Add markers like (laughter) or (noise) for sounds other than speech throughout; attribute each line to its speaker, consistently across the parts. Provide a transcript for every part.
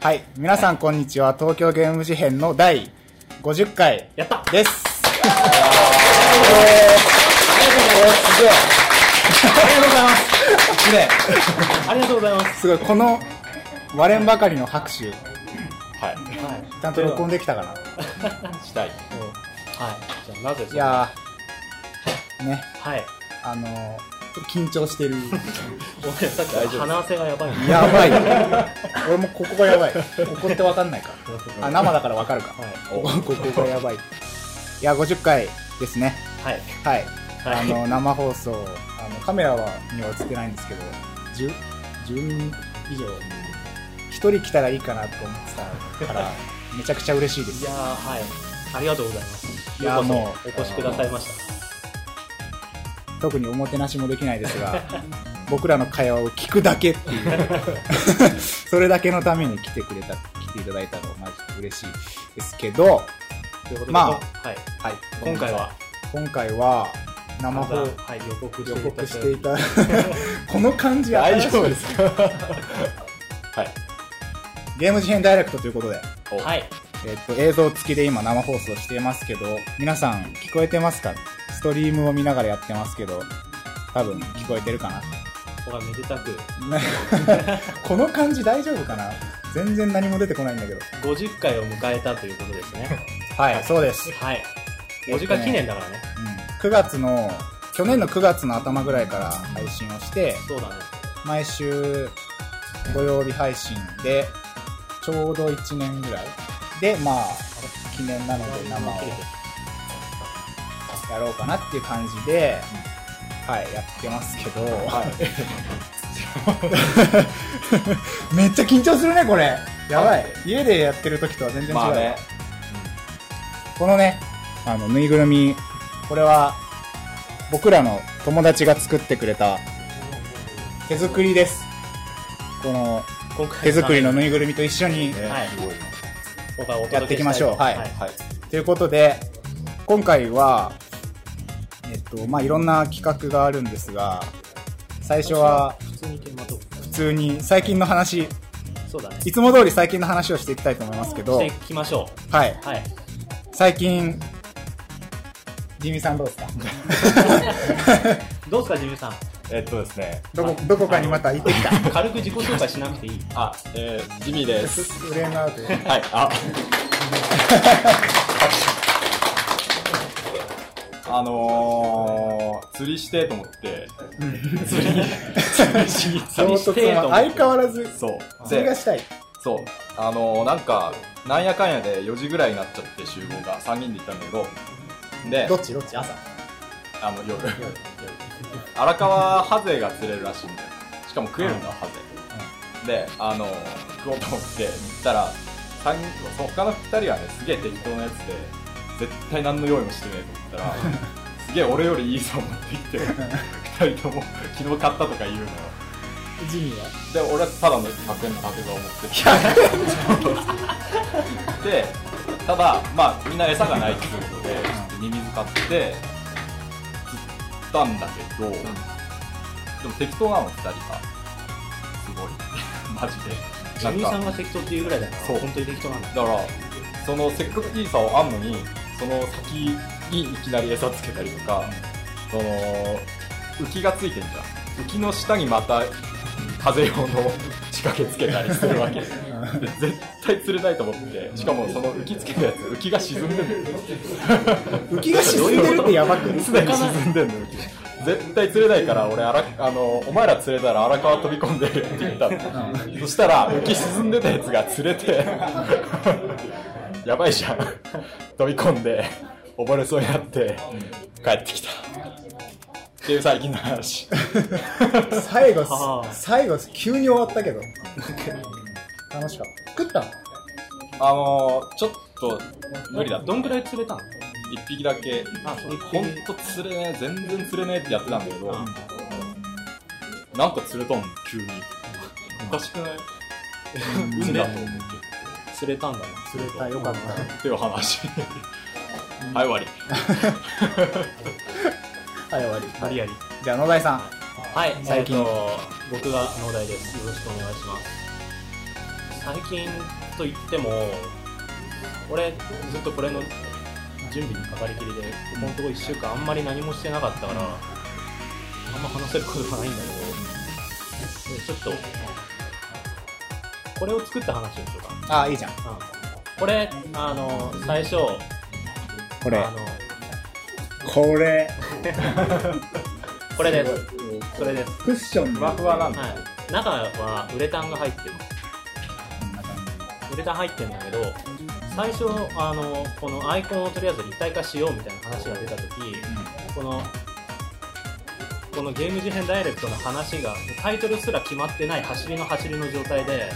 Speaker 1: はい皆さんこんにちは東京ゲーム事変の第50回
Speaker 2: やった
Speaker 1: ですえー
Speaker 2: ありがとうございます
Speaker 1: おーすげえすげえ
Speaker 2: ありがとうございます
Speaker 1: すごいこの割れんばかりの拍手ち
Speaker 3: は。
Speaker 2: はい
Speaker 1: ゃんと録音できたかない
Speaker 3: したい。
Speaker 2: はいじゃあなぜ
Speaker 1: い
Speaker 2: その
Speaker 1: やーね
Speaker 2: はい
Speaker 1: あのーちょっと緊張してる
Speaker 2: 俺さっきから鼻汗がやばいね
Speaker 1: やばい
Speaker 2: (laughs)
Speaker 1: 俺もここがやばいここって分かんないかあ生だから分かるか
Speaker 2: はい
Speaker 1: ここここがやばいいや50回ですね
Speaker 2: はい
Speaker 1: はい
Speaker 2: は
Speaker 1: あ
Speaker 2: い
Speaker 1: の生放送あのカメラはには映ってないんですけど 10, 10人以上1人来たらいいかなと思ってたからめちゃくちゃ嬉しいで
Speaker 2: い
Speaker 1: す
Speaker 2: やーはいありがとうございます
Speaker 1: いやー
Speaker 2: ようこそ
Speaker 1: もう
Speaker 2: お越しくださいました
Speaker 1: 特におもてなしもできないですが僕らの会話を聞くだけっていう (laughs) それだけのために来てくれた来ていただいたのマジで嬉しいですけど、
Speaker 2: ということで
Speaker 1: まあ
Speaker 2: はい
Speaker 1: はい、
Speaker 2: 今回は
Speaker 1: 今回は生
Speaker 2: また
Speaker 1: 放送
Speaker 2: はい予告
Speaker 1: 予
Speaker 2: していた
Speaker 1: 告
Speaker 2: だ
Speaker 1: してい (laughs) たこの感じ
Speaker 3: 大丈
Speaker 1: 新
Speaker 3: 夫
Speaker 1: しい
Speaker 3: ですかはい。
Speaker 1: ゲーム事変ダイレクトということで、
Speaker 3: お
Speaker 2: はい
Speaker 1: えっと映像付きで今生放送していますけど皆さん聞こえてますかストリームを見ながらやってますけど多分聞こえてるかな
Speaker 2: ここがめでたく
Speaker 1: ね (laughs) この感じ大丈夫かな全然何も出てこないんだけど
Speaker 2: 50回を迎えたということです
Speaker 1: (laughs)
Speaker 2: ね
Speaker 1: はいそうです、
Speaker 2: はい50回記念だからね
Speaker 1: うん、9月の去年の9月の頭ぐらいから配信をして
Speaker 2: そうだね
Speaker 1: 毎週土曜日配信でちょうど1年ぐらいでまあ記念なので生をやろうかなっていう感じで、はいやってますけど、めっちゃ緊張するねこれやばい家でやってる時とは全然違う、
Speaker 3: まあね。
Speaker 1: このねあのぬいぐるみこれは僕らの友達が作ってくれた手作りですこの
Speaker 2: 今回
Speaker 1: 手作りのぬいぐるみと一緒に
Speaker 3: ね
Speaker 2: はい
Speaker 3: すごいな。
Speaker 2: 今回お届け
Speaker 1: やっていきましょう
Speaker 2: た
Speaker 1: はい
Speaker 3: はい。
Speaker 1: ということで今回はえっとまあいろんな企画があるんですが最初は
Speaker 2: 普通にテーマトーク
Speaker 1: 普通に最近の話
Speaker 2: そうだね
Speaker 1: いつも通り最近の話をしていきたいと思いますけど
Speaker 2: していきましょ
Speaker 1: はい
Speaker 2: はい
Speaker 1: 最近ジミーさんどうですか
Speaker 2: どうですかジ (laughs) ムさん
Speaker 3: えっとですね。
Speaker 1: どこどこかにまた行ってきた
Speaker 2: 軽く自己紹介しなくていい
Speaker 3: あ、えー、ジミーです。
Speaker 1: フレームアウト
Speaker 2: (laughs)
Speaker 1: で
Speaker 3: はい。あ。 (laughs) あのー、釣りしてと思って、釣り、釣りしに行った
Speaker 1: 唐突
Speaker 2: してえと
Speaker 3: り
Speaker 1: は
Speaker 2: 思って
Speaker 1: 相変わらず
Speaker 3: そう。
Speaker 1: それ
Speaker 3: で
Speaker 1: が、したい
Speaker 3: そう。あのー、なんか、なんやかんやで4時ぐらいになっちゃって集合が、3人で行ったんだけど、で、
Speaker 1: どっちどっち朝
Speaker 3: あの夜荒川ハゼが釣れるらしいんだよしかも食えるんだ、ハゼであの食おうと思って行ったら三人その他の2人はねすげえ適当なやつで絶対何の用意もしてねえと思ったらすげえ俺よりいい竿持ってきて2人とも昨日買ったとか言うのよ
Speaker 1: ジミーは
Speaker 3: で俺はただの100円の竹竿を持ってきてそう (laughs) でただまあみんな餌がないっていうことでミミズ買って釣ったんだけど、でも適当なの2人がすごい (laughs) マジで
Speaker 2: ジム
Speaker 3: なん
Speaker 2: さ
Speaker 3: か
Speaker 2: んが適当っていうぐらいだから
Speaker 3: そう
Speaker 2: 本当に適当なんだ
Speaker 3: だからそのせっかくいい竿あんのにその先にいきなり餌つけたりとかその浮きがついてんじゃん浮きの下にまた風用の仕掛けつけたりするわけで絶対釣れないと思ってしかもその浮きつけたやつ浮きが沈んでる
Speaker 1: 浮きが沈んでるってやばくね
Speaker 3: すでに沈んでんの浮き (laughs) 絶対釣れないから俺あらあのお前ら釣れたら荒川飛び込んでるって言ったのそしたら浮き沈んでたやつが釣れてやばいじゃん飛び込んで溺れそうになって帰ってきたっていう最近の話
Speaker 1: 最後
Speaker 2: はあ
Speaker 1: 最後急に終わったけど楽しかった食ったの
Speaker 3: あのちょっと無理だった
Speaker 2: どんぐらい釣れたの
Speaker 3: 一匹だけ
Speaker 2: あそう
Speaker 3: ほんと釣れねえ全然釣れねえってやってたんだけどなんか釣れたん急におかしくない (laughs) 運だ (laughs) と思うけど
Speaker 2: 釣れたんだね
Speaker 1: 釣れたよかった
Speaker 3: っていう話はい終わり
Speaker 1: はい、終わり。
Speaker 2: ありあり
Speaker 1: じゃあ、野田井さん。
Speaker 2: はい、
Speaker 1: 最近
Speaker 2: えーと僕が農大です。よろしくお願いします。最近と言っても俺ずっとこれの準備にかかりきりでここのとこ1週間あんまり何もしてなかったからあんま話せることがないんだけどでちょっとこれを作った話をしようか
Speaker 1: ああいいじゃん
Speaker 2: うんこれあの最初
Speaker 1: これ
Speaker 2: あの
Speaker 1: これ
Speaker 2: これですそれです、
Speaker 1: クッション
Speaker 3: ふわふわなんだ
Speaker 2: はい、中はウレタンが入ってます
Speaker 1: こんな感
Speaker 2: ウレタン入ってるんだけど最初あのこのアイコンをとりあえず立体化しようみたいな話が出た時このこのゲーム事変ダイレクトの話がタイトルすら決まってない走りの走りの状態で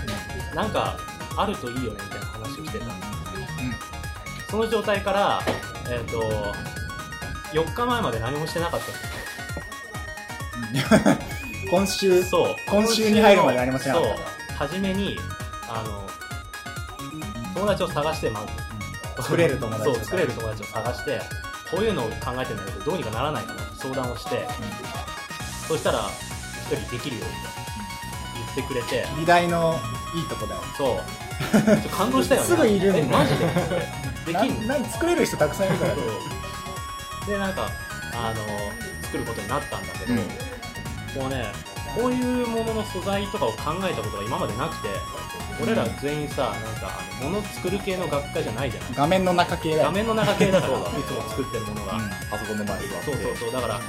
Speaker 2: なんかあるといいよねみたいな話が来て
Speaker 1: じう
Speaker 2: た
Speaker 1: ん
Speaker 2: その状態からえっ、と4日前まで何もしてなかったんです
Speaker 1: 今週
Speaker 2: そう
Speaker 1: 今週に入るまでありません
Speaker 2: そう初めにあの友達を探してまず
Speaker 1: (laughs) 作れる友達とか
Speaker 2: そう作れる友達を探してこういうのを考えてんだけどどうにかならないかなって相談をしてそしたら一人できるよって言ってくれて
Speaker 1: 美大のいいとこだよ
Speaker 2: そうちょっと感動したよね
Speaker 1: (laughs) すぐいるんだ
Speaker 2: えマジでで
Speaker 1: な
Speaker 2: きん
Speaker 1: な
Speaker 2: の
Speaker 1: ん作れる人たくさんいるから (laughs) ね
Speaker 2: そうでなんかあの作ることになったんだけど、
Speaker 1: うん
Speaker 2: もうねこういうものの素材とかを考えたことが今までなくて俺ら全員さなんかあのもの作る系の学科じゃないじゃない
Speaker 1: 画面の中系だよ
Speaker 2: 画面の中系
Speaker 1: (laughs)
Speaker 2: だからいつも作ってるものが、
Speaker 3: パソコンの前に座って
Speaker 2: そうそうそうだから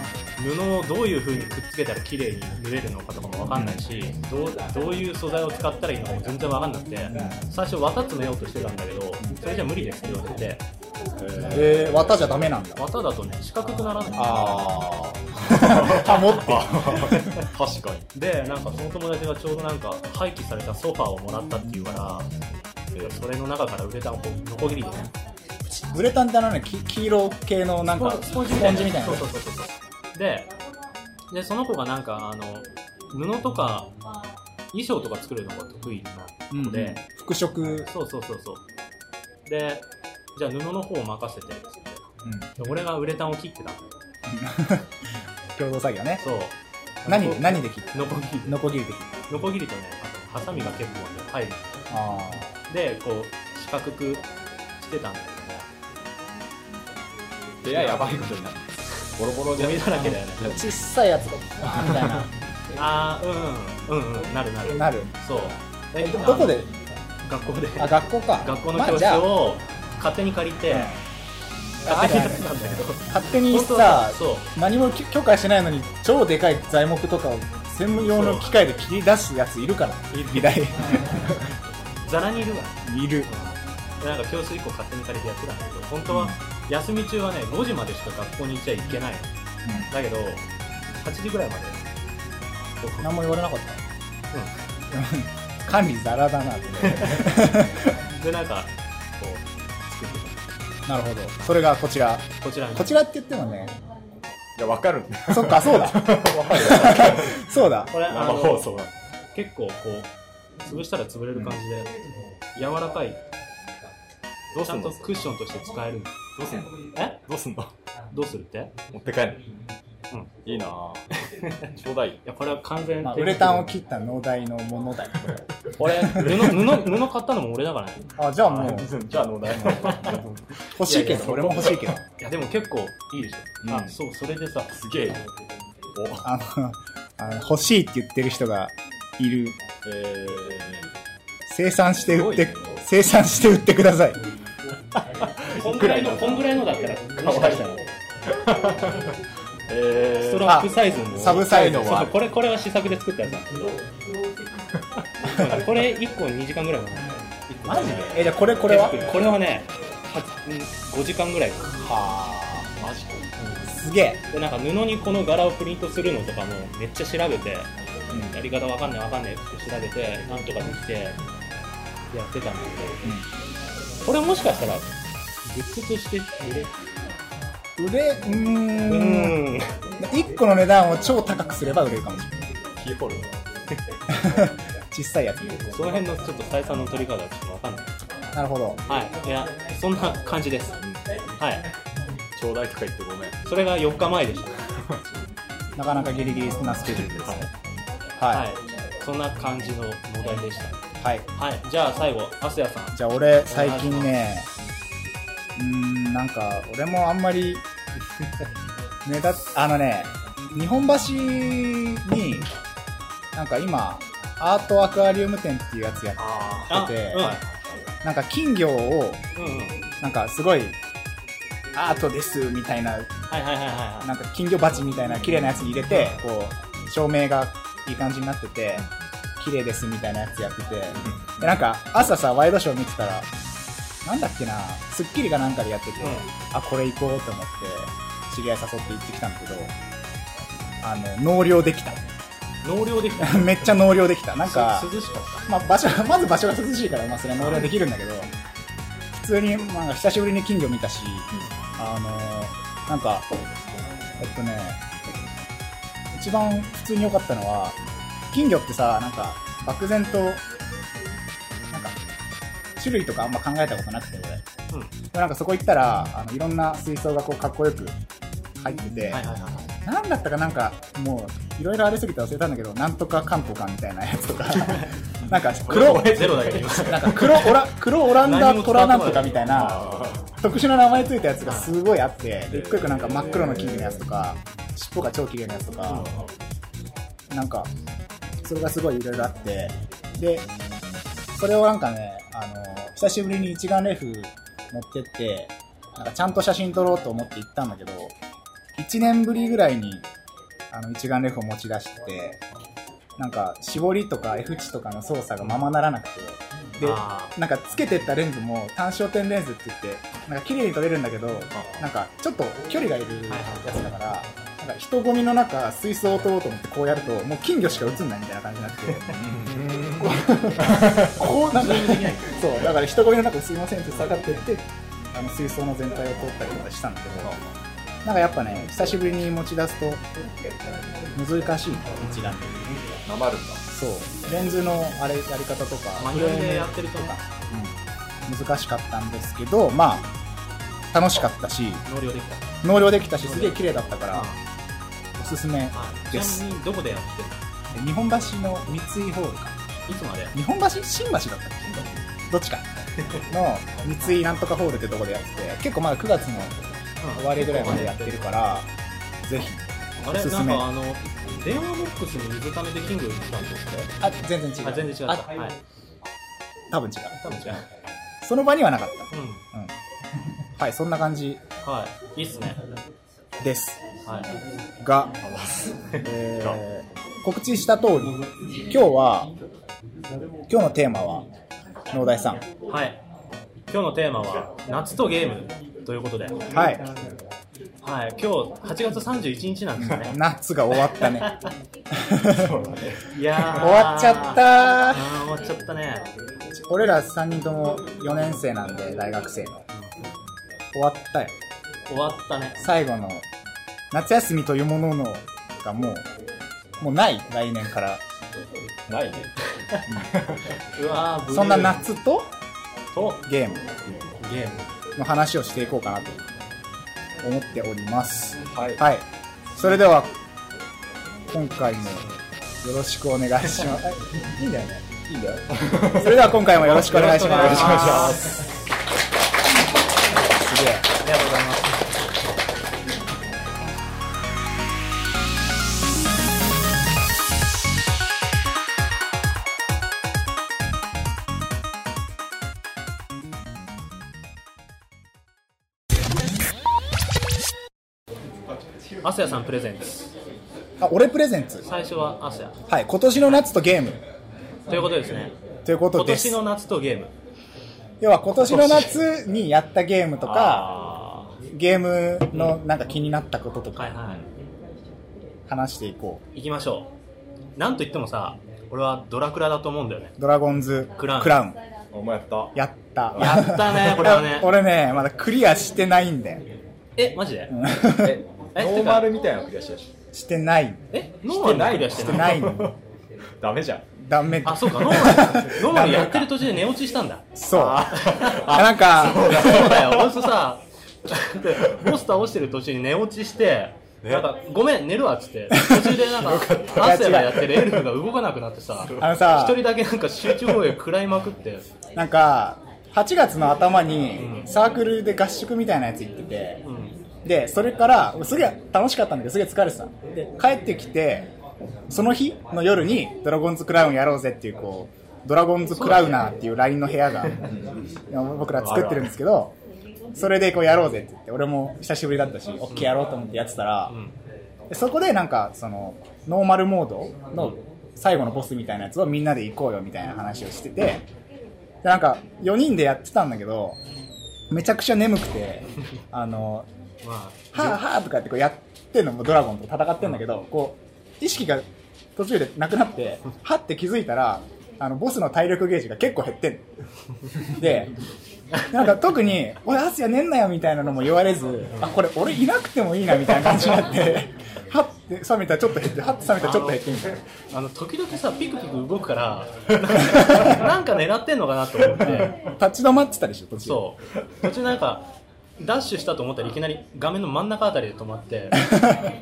Speaker 2: 布をどういう風にくっつけたら綺麗に縫えるのかとかも分かんないしどうどういう素材を使ったらいいのかも全然分かんなくて最初綿詰めようとしてたんだけどそれじゃ無理ですって言われて
Speaker 1: うんえー、綿じゃダメなんだ
Speaker 2: 綿だとね四角くならない
Speaker 3: あ
Speaker 1: あ持って
Speaker 3: あ確かに
Speaker 2: でなんかその友達がちょうどなんか廃棄されたソファーをもらったっていうからでそれの中からウレタンをこうノコギリでね
Speaker 1: ウレタンってあのねき黄色系のなんか
Speaker 2: スポンジ
Speaker 1: スポンジみたいな
Speaker 2: そうそうそうそうそうででその子がなんかあの布とか衣装とか作るのが得意な
Speaker 1: うん
Speaker 2: ので、
Speaker 1: 服飾、うん、
Speaker 2: そうそうそうそうでじゃあ布の方を任せてっつってで俺がウレタンを切ってたの
Speaker 1: 共同作業ね
Speaker 2: そう
Speaker 1: 何何で切った
Speaker 2: ノコギリ
Speaker 1: ノコギリで切っ
Speaker 2: ノコギリとねあとハサミが結構ね入る
Speaker 1: たあ
Speaker 2: でこう四角くしてたんだけどね
Speaker 3: 部屋やばいことになってボロボロじ
Speaker 2: ゴ
Speaker 3: ゃん
Speaker 2: ミだらけだよね
Speaker 1: ー小さいやつだみたいな
Speaker 2: ああうんうんうんうんな
Speaker 1: (laughs)
Speaker 2: るなる
Speaker 1: なる
Speaker 2: そうえ
Speaker 1: どこで
Speaker 2: 学校で
Speaker 1: あ学校か
Speaker 2: 学校
Speaker 1: ま
Speaker 2: の
Speaker 1: あ
Speaker 2: 教
Speaker 1: じ
Speaker 2: 室
Speaker 1: ゃあ
Speaker 2: を勝手に借りて、
Speaker 1: うんああ
Speaker 2: 勝手
Speaker 1: るあ
Speaker 2: にや
Speaker 1: る
Speaker 2: ってたんだけど
Speaker 1: 勝手に
Speaker 2: 本当
Speaker 1: さ
Speaker 2: はそう
Speaker 1: 何もき許可してないのに超でかい材木とかを専用の機械で切り出すやついるから美大
Speaker 2: ざらにいるわ、
Speaker 1: いる
Speaker 2: うん、なんか教室1個勝手に借りてやってたんだけど本当は休み中はね5時までしか学校に行っちゃいけないのだけど8時ぐらいまでそう
Speaker 1: 何も言われなかった (laughs) 管理ザラだなって
Speaker 2: うんでなんかこう作って
Speaker 1: なるほどそれがこちら
Speaker 2: たこちらに
Speaker 1: こちらって言ってもね
Speaker 3: いやわかるんだ
Speaker 1: そっか (laughs) そうだそうだ
Speaker 2: これあの
Speaker 3: 生放送だ
Speaker 2: 結構こう潰したら潰れる感じで、柔らかい
Speaker 3: どう
Speaker 2: ち
Speaker 3: す
Speaker 2: ゃ
Speaker 3: ん
Speaker 2: んと
Speaker 3: の
Speaker 2: クッションとして使える
Speaker 3: どうすんの
Speaker 2: え
Speaker 3: どうすんの
Speaker 2: どうするってい
Speaker 3: 持って帰る
Speaker 2: う
Speaker 3: うんんいい (laughs) なぁちょうだい
Speaker 2: やこれは完全
Speaker 1: まあウレタンを
Speaker 2: 切
Speaker 1: 切った農大のものだよ
Speaker 2: 俺布布布買ったのも俺だからね
Speaker 1: あじゃあもう
Speaker 3: じゃあ飲んだよ
Speaker 1: 欲しいけ
Speaker 2: いやいや
Speaker 1: ど俺も欲しいけど
Speaker 2: いやでも結構いいでしょ、
Speaker 3: うん
Speaker 2: あそうそれでさ
Speaker 3: すげえお
Speaker 1: あのあの欲しいって言ってる人がいる
Speaker 3: え
Speaker 1: 生産して売って
Speaker 3: すごいね
Speaker 1: 生産して売ってください
Speaker 2: こん
Speaker 3: ぐらいの
Speaker 2: こんぐらいのだったら
Speaker 3: もしかしたらー、え
Speaker 2: スト
Speaker 3: ー、
Speaker 2: ラップサイズも
Speaker 1: サブサイズ
Speaker 2: そうそうこれこれは試作で作ったやつなんだけどこれ1個2時間ぐらいかな
Speaker 1: マジでえじゃあこれこれは
Speaker 2: これはね5時間ぐらいかな
Speaker 1: は
Speaker 3: マジか
Speaker 1: あすげえ
Speaker 2: でなんか布にこの柄をプリントするのとかもめっちゃ調べてやり方わかんないわかんないって調べてなんとかできてやってたんだけど、これもしかしたらグッズとして売れ
Speaker 1: 売れう
Speaker 2: う
Speaker 1: ーん
Speaker 2: ーん
Speaker 1: 1個の値段を超高くすれば売れるかもしれない
Speaker 3: キーホルダ
Speaker 1: (laughs) 小さいやつ
Speaker 2: その辺のちょっと採算の取り方はちょっとわかんない
Speaker 1: なるほど
Speaker 2: はいいやそんな感じですはい
Speaker 3: ーちょうだいとか言ってごめん
Speaker 2: それが4日前でした
Speaker 1: なかなかギリギリなスケジュールですねはい、
Speaker 2: はい、そんな感じの問題でした
Speaker 1: はい
Speaker 2: はいじゃあ最後アスヤさん
Speaker 1: じゃあ俺最近ねうーんなんか俺もあんまり目立つあのね日本橋になんか今アートアクアリウム展っていうやつやっ
Speaker 4: あ
Speaker 2: あ
Speaker 1: て
Speaker 2: うん
Speaker 1: なんか金魚を
Speaker 2: うんうん
Speaker 1: なんかすごいアートですみたいな
Speaker 2: はいはいはいはい
Speaker 1: なんか金魚鉢みたいな綺麗なやつに入れてこう照明がいい感じになってて綺麗ですみたいなやつやっててでなんか朝さワイドショー見てたらなんだっけな『スッキリ』かなんかでやってて、あこれ行こうと思って知り合い誘って行ってきたんだけどあの納涼できた (laughs)
Speaker 2: うん納涼できた
Speaker 1: めっちゃ納涼できたなんか
Speaker 2: す、涼しかっ
Speaker 1: まあ、場所 (laughs) まず場所が涼しいから、まあ、それは納涼できるんだけど普通に、まあ、久しぶりに金魚見たし、あのなんかえっとね一番普通に良かったのは金魚ってさなんか漠然となんか種類とかあんま考えたことなくて俺、
Speaker 2: うん
Speaker 1: でもなんかそこ行ったらあのいろんな水槽がこうかっこよく入ってて、
Speaker 2: たはいはいはいはい
Speaker 1: なんだったかなんかもういろいろありすぎて忘れたんだけどなんとかかんとかみたいなやつ (laughs) とかなんか黒
Speaker 2: 俺ゼロだけど言いました
Speaker 1: なんか黒オラ黒オランダトラなんとかみたいな
Speaker 3: あ
Speaker 1: 特殊な名前ついたやつがすごいあってで一個一個なんか真っ黒の金魚のやつとか尻尾が超綺麗なやつとかなんかそれがすごいいろいろあってでそれをなんかねあの久しぶりに一眼レフ持ってってなんかちゃんと写真撮ろうと思って行ったんだけど1年ぶりぐらいにあの一眼レフを持ち出してなんか絞りとか F 値とかの操作がままならなくてで
Speaker 2: あ
Speaker 1: なんかつけてったレンズも単焦点レンズって言ってなんか綺麗に撮れるんだけどなんかちょっと距離がいるやつだからなんか人混みの中水槽を撮ろうと思ってこうやるともう金魚しか映んないみたいな感じになってこうなんかそうだから人混みの中すいませんって下がってってあの水槽の全体を撮ったりとかしたんだけどなんかやっぱね久しぶりに持ち出すと難しい一眼で
Speaker 3: ーなまるんだ
Speaker 1: そうレンズのあれやり方とか
Speaker 2: あマニュアルでやってると
Speaker 1: うん難しかったんですけど、まあ、楽しかったし、
Speaker 2: 納涼できた
Speaker 1: 納涼できたし、すげえ綺麗だったから、おすすめ、
Speaker 2: はい
Speaker 1: で
Speaker 2: ち
Speaker 1: す
Speaker 2: なみにどこでやってるの
Speaker 1: 日本橋の三井ホールか、
Speaker 2: いつまで
Speaker 1: 日本橋、新橋だったっけ、ど
Speaker 2: (laughs)
Speaker 1: っちかの三井なんとかホールってとこでやってて、結構まだ9月の終わりぐらいまでやってるから、ぜひ、
Speaker 2: あ
Speaker 1: お
Speaker 2: れ
Speaker 1: す
Speaker 2: な
Speaker 1: す
Speaker 2: ん
Speaker 1: め
Speaker 2: かあの電話ボックスに水ためでキングにしたんですって
Speaker 1: あ全然違
Speaker 2: あ
Speaker 1: う、
Speaker 2: 全然違った
Speaker 1: あ
Speaker 2: はい
Speaker 1: 多分違う、
Speaker 2: 多分違う
Speaker 1: その場にはなかっ
Speaker 2: う
Speaker 1: た、うん、 (laughs) はい、そんな感じ
Speaker 2: んはいいいっすね
Speaker 1: です。
Speaker 2: はい
Speaker 1: が、えー告知した通り、今日は、今日のテーマは、農大さん。
Speaker 2: はい今日のテーマは夏とゲームということではい
Speaker 1: はい。
Speaker 2: 今日8月31日なんです
Speaker 1: (laughs)
Speaker 2: ね
Speaker 1: 夏が終わったね。
Speaker 2: (laughs) いやー
Speaker 1: 終わっちゃったー。
Speaker 2: あー終わっちゃったね
Speaker 1: 俺ら3人とも4年生なんで、大学生の。終わったよ。
Speaker 2: 終わったね
Speaker 1: 最後の、夏休みというもののがもう、もうない、来年から。
Speaker 3: ないね
Speaker 2: うわーブルー
Speaker 1: そんな夏と
Speaker 2: と
Speaker 1: ゲーム
Speaker 2: ゲーム
Speaker 1: の話をしていこうかなと思っております。
Speaker 3: はい
Speaker 1: はい。それでは、今回もよろしくお願いします。いいんだよね。
Speaker 3: いいんだよ
Speaker 1: (laughs) それでは今回もよろしくお願いします。。
Speaker 2: よろしくお願いします
Speaker 1: すげえ。
Speaker 2: ありがとうございますアスヤさんプレゼンツ
Speaker 1: あ、俺プレゼンツ。
Speaker 2: 最初はアスヤ
Speaker 1: はい。今年の夏とゲーム
Speaker 2: ということですね
Speaker 1: ということ
Speaker 2: 今
Speaker 1: です。
Speaker 2: 年の夏とゲーム
Speaker 1: 要は今年の夏にやったゲームとか、
Speaker 2: あ
Speaker 1: ゲームのなんか気になったことと
Speaker 2: ーはい
Speaker 1: か
Speaker 2: は
Speaker 1: 話していこ
Speaker 2: い行きましょうなんといってもさ俺はドラクラだと思うんだよね
Speaker 1: う。ドラゴンズ
Speaker 2: クラウン
Speaker 1: クラウン。
Speaker 3: お前やった
Speaker 1: やった。
Speaker 2: やったねこれはね
Speaker 1: (laughs) 俺ね、まだクリアしてないん
Speaker 2: (laughs)
Speaker 1: だよ。
Speaker 2: えマジで
Speaker 1: うん
Speaker 3: え
Speaker 2: え
Speaker 3: ノーマルみたいなのクリアしてたし
Speaker 1: してない。
Speaker 2: えノーマルもクリアして
Speaker 1: して
Speaker 2: な
Speaker 1: ないいの。
Speaker 3: ダメじゃん
Speaker 1: ダメ。
Speaker 2: あそうか
Speaker 1: (laughs)
Speaker 2: ノーマルノーマルやってる途中で寝落ちしたんだ
Speaker 1: そう。
Speaker 2: あ
Speaker 1: なんか、
Speaker 2: そうだよ俺とさボス倒してる途中に寝落ちしてなんか、ごめん、寝るわっつって、途中でなんか、ハセがやってるエルフが動かなくなってさ、
Speaker 1: あのさ
Speaker 2: 一人だけなんか集中放映食らいまくって、
Speaker 1: なんか8月の頭にサークルで合宿みたいなやつ行ってて、
Speaker 2: うん。
Speaker 1: でそれからすげえ楽しかったんだけどすげえ疲れてたので帰ってきてその日の夜に「ドラゴンズクラウンやろうぜ」っていうこうドラゴンズクラウナーっていう LINE の部屋が (laughs) 僕ら作ってるんですけどそれでこうやろうぜって言って俺も久しぶりだったし OK やろうと思ってやってたら
Speaker 2: うん。
Speaker 1: でそこでなんかそのノーマルモードの最後のボスみたいなやつをみんなで行こうよみたいな話をしててでなんか4人でやってたんだけどめちゃくちゃ眠くてあの
Speaker 2: ま
Speaker 1: はぁはぁとかってこうやってんのもドラゴンと戦ってんだけど、こう、意識が途中でなくなって、はって気づいたら、あの、ボスの体力ゲージが結構減ってんの (laughs) で、なんか特に、俺、アスヤ寝んなよみたいなのも言われず、あ、これ俺いなくてもいいなみたいな感じになって、はって冷めたらちょっと減って、はって冷めたらちょっと減ってみたいな。
Speaker 2: あ、あの、時々さ、ピクピク動くから、なんかなんか狙ってんのかなと思って、
Speaker 1: 立ち止まってたでしょ、途中。
Speaker 2: そう。途中なんか、ダッシュしたと思ったらいきなり画面の真ん中あたりで止まって、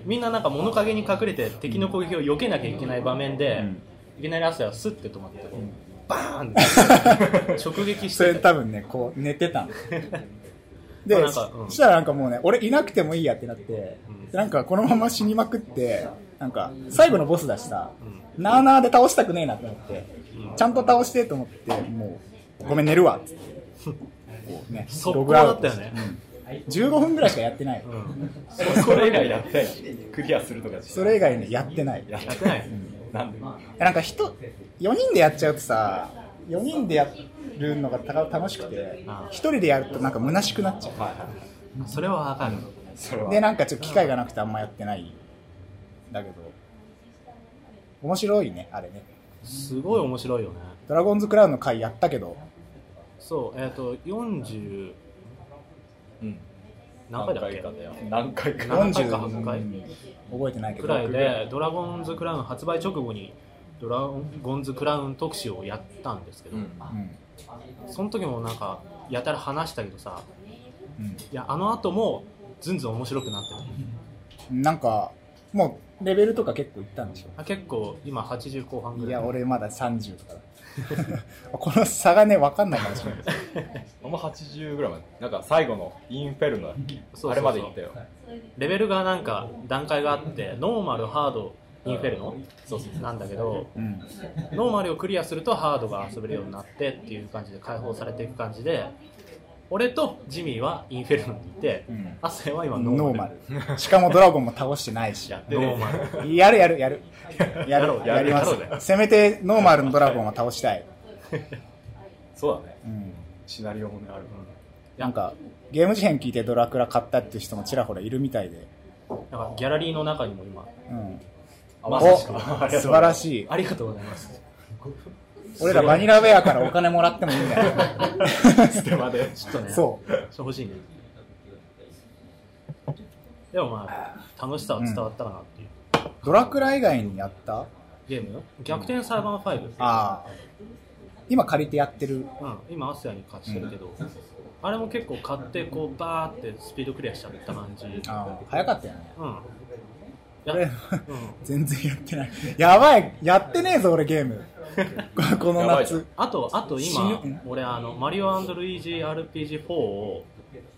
Speaker 2: みんななんか物陰に隠れて敵の攻撃を避けなきゃいけない場面で、いきなり汗はスッて止まって、バーンって直撃し
Speaker 1: それ
Speaker 2: てて
Speaker 1: 多分ね、こう寝て
Speaker 2: (laughs)
Speaker 1: たの。で、
Speaker 2: まあなんかうん
Speaker 1: そしたらなんかもうね、俺いなくてもいいやってなって、で
Speaker 2: うん
Speaker 1: なんかこのまま死にまくって、なんか最後のボスだしさ、
Speaker 2: う
Speaker 1: なあなあで倒したくねえなと思って、
Speaker 2: うん
Speaker 1: ちゃんと倒してと思って、もう、ごめん寝るわっつって。
Speaker 2: (laughs)
Speaker 1: こうね
Speaker 2: 速
Speaker 1: ロ
Speaker 2: 攻
Speaker 1: グア
Speaker 2: だ
Speaker 1: ウ
Speaker 2: っ
Speaker 1: ト
Speaker 2: たよ
Speaker 1: して
Speaker 2: ね、
Speaker 1: 15分ぐらいしかやってない。
Speaker 2: うん、
Speaker 3: それ以外やってないクリアするとか
Speaker 1: それ以外ね、やってない。
Speaker 3: やっ
Speaker 2: やっててない、
Speaker 3: なんで
Speaker 1: なんか人4人でやっちゃうとさ4人でやるのがた楽しくて
Speaker 2: あ
Speaker 1: 1人でやるとなんか虚しくなっちゃ
Speaker 3: はいはい
Speaker 2: それはわかる、
Speaker 3: それ
Speaker 1: う
Speaker 3: は
Speaker 1: でなんかちょっと機会がなくてあんまやってないんだけど面白いねあれね
Speaker 2: すごい面白いよね
Speaker 1: 「ドラゴンズクラウン」の回やったけど
Speaker 2: そうえっ、と40
Speaker 3: うん
Speaker 2: 何回だっけ
Speaker 3: か何回か
Speaker 2: 何回
Speaker 1: 40
Speaker 2: か8回
Speaker 1: 覚えてないけ
Speaker 2: く
Speaker 1: ど
Speaker 2: らいで「ドラゴンズ・クラウン」発売直後に「ドラゴンズ・クラウン」特集をやったんですけど、
Speaker 3: うん
Speaker 1: うん
Speaker 2: その時もなんかやたら話したけどさ
Speaker 1: う
Speaker 2: いやあの後もずんずん面白くなってる
Speaker 1: ん、なんかもうレベルとか結構いったんでしょ
Speaker 2: あ結構今80後半
Speaker 1: い
Speaker 2: ぐらい
Speaker 1: や俺まだ30とか
Speaker 2: (laughs)
Speaker 1: だこの差がね分かんないかもしれない
Speaker 3: あんま80ぐらいまでなんか最後のインフェルノだっけ
Speaker 2: そうそうそう
Speaker 3: あれまで行ったよ
Speaker 2: レベルがなんか段階があってノーマルハードインフェルノなんだけど
Speaker 1: うん
Speaker 2: ノーマルをクリアするとハードが遊べるようになってっていう感じで解放されていく感じで俺とジミーはインフェルノにいて、
Speaker 1: うん
Speaker 2: アセは今ノ
Speaker 1: ノ
Speaker 2: ー
Speaker 1: ー
Speaker 2: マ
Speaker 1: マ
Speaker 2: ル
Speaker 1: ル。しかもドラゴンも倒してないし。
Speaker 2: やってねノーマル
Speaker 1: やるやるやる。や
Speaker 2: ろ
Speaker 1: る
Speaker 2: う
Speaker 1: やりま
Speaker 2: やろうぜ
Speaker 1: す。せめてノーマルのドラゴンは倒したい。
Speaker 3: そうだね
Speaker 1: うん。
Speaker 3: シナリオもねある
Speaker 1: なんか、ゲーム事変聞いてドラクラ買ったっていう人もちらほらいるみたいで。
Speaker 2: なんかギャラリーの中にも今
Speaker 1: うん。
Speaker 3: あ
Speaker 1: お
Speaker 3: まさしくありが
Speaker 1: 素
Speaker 3: と
Speaker 1: 晴らしい。
Speaker 2: ありがとうございます
Speaker 1: 俺らバニラウェアからお金もらってもいいん
Speaker 3: (laughs)
Speaker 1: だよ。
Speaker 3: うステマで
Speaker 2: ちょっとね
Speaker 1: そう
Speaker 2: そう欲しいねでもまあ楽しさは伝わったかなっていう、
Speaker 1: ドラクラ以外にやった
Speaker 2: ゲーム逆転裁判5
Speaker 1: ああ。今借りてやってる。
Speaker 2: うん、今アスヤに貸してるけど、あれも結構買ってこうバーってスピードクリアしちゃった感じうん
Speaker 1: ああ。早かったよね。
Speaker 2: や
Speaker 1: 俺
Speaker 2: うん
Speaker 1: 全然やってない。やばい。やってねえぞ、俺ゲー
Speaker 3: (laughs)
Speaker 1: ム。この
Speaker 3: やばいじゃ
Speaker 1: 夏
Speaker 3: ん。
Speaker 2: あとあと今
Speaker 1: 死ぬ
Speaker 2: 俺あのマリオルイージー RPG4 を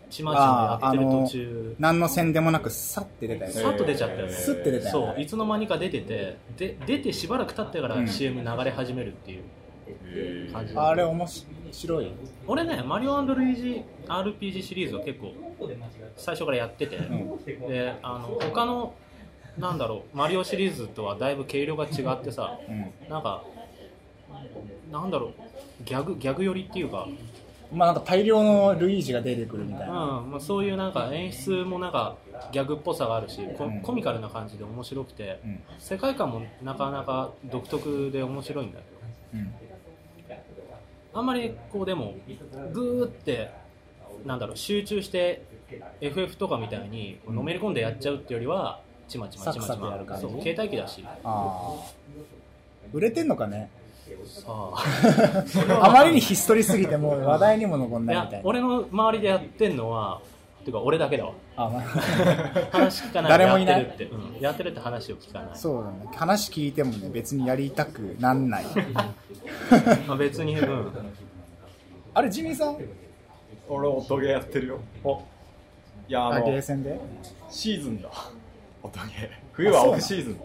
Speaker 2: ちまちまやってる途中
Speaker 1: 何の線でもなくさって出たよね
Speaker 3: ーあの
Speaker 2: さっと出ちゃったよね、
Speaker 1: スッて出たよね
Speaker 2: そういつの間にか出ててで出てしばらく経ってか
Speaker 1: う
Speaker 2: ら
Speaker 1: ん
Speaker 2: CM 流れ始めるっていう感じ、
Speaker 1: あれ面白いよ
Speaker 2: 俺ねマリオルイージー RPG シリーズは結構最初からやってて、であの他のなんだろうマリオシリーズとはだいぶ軽量が違ってさ
Speaker 1: うん
Speaker 2: なんかなんだろうギャグギャグ寄りっていうか、
Speaker 1: まあなんか大量のルイージが出てくるみた
Speaker 2: う
Speaker 1: い
Speaker 2: ん
Speaker 1: な
Speaker 2: まあ、そういうなんか演出もなんかギャグっぽさがあるしコ
Speaker 1: うん
Speaker 2: コミカルな感じで面白くて、
Speaker 1: うん
Speaker 2: 世界観もなかなか独特で面白いんだけど
Speaker 1: うん
Speaker 2: あんまりこうでもグーってなんだろう集中して FF とかみたいに
Speaker 1: うん
Speaker 2: のめり込んでやっちゃうってよりはちまちまちまち
Speaker 1: サクサクやる
Speaker 2: ま
Speaker 1: 感じ
Speaker 2: そう携帯機だし
Speaker 1: ああ売れてんのかね (laughs)
Speaker 2: さあ
Speaker 1: あまりにひっそりすぎてもう話題にも上ん
Speaker 2: (laughs) い
Speaker 1: ないみ
Speaker 2: や
Speaker 1: たいな
Speaker 2: 俺の周りでやってんのはていうか俺だけだわ
Speaker 1: あ、ま
Speaker 2: 話聞かない
Speaker 1: 誰もいない
Speaker 2: やってるって、うんやってるって話を聞かな
Speaker 1: あ、
Speaker 2: い
Speaker 1: そうだね。話聞いてもね、別にやりたくなん
Speaker 2: (laughs)
Speaker 1: ない。
Speaker 2: まあ、別に、うん、
Speaker 1: あれ、ジミーさん
Speaker 3: 俺音ゲーやってるよ
Speaker 2: お
Speaker 3: いやあ
Speaker 1: あ、ゲー
Speaker 3: の
Speaker 1: センで
Speaker 3: シーズンだ音ゲー冬はオフシーズン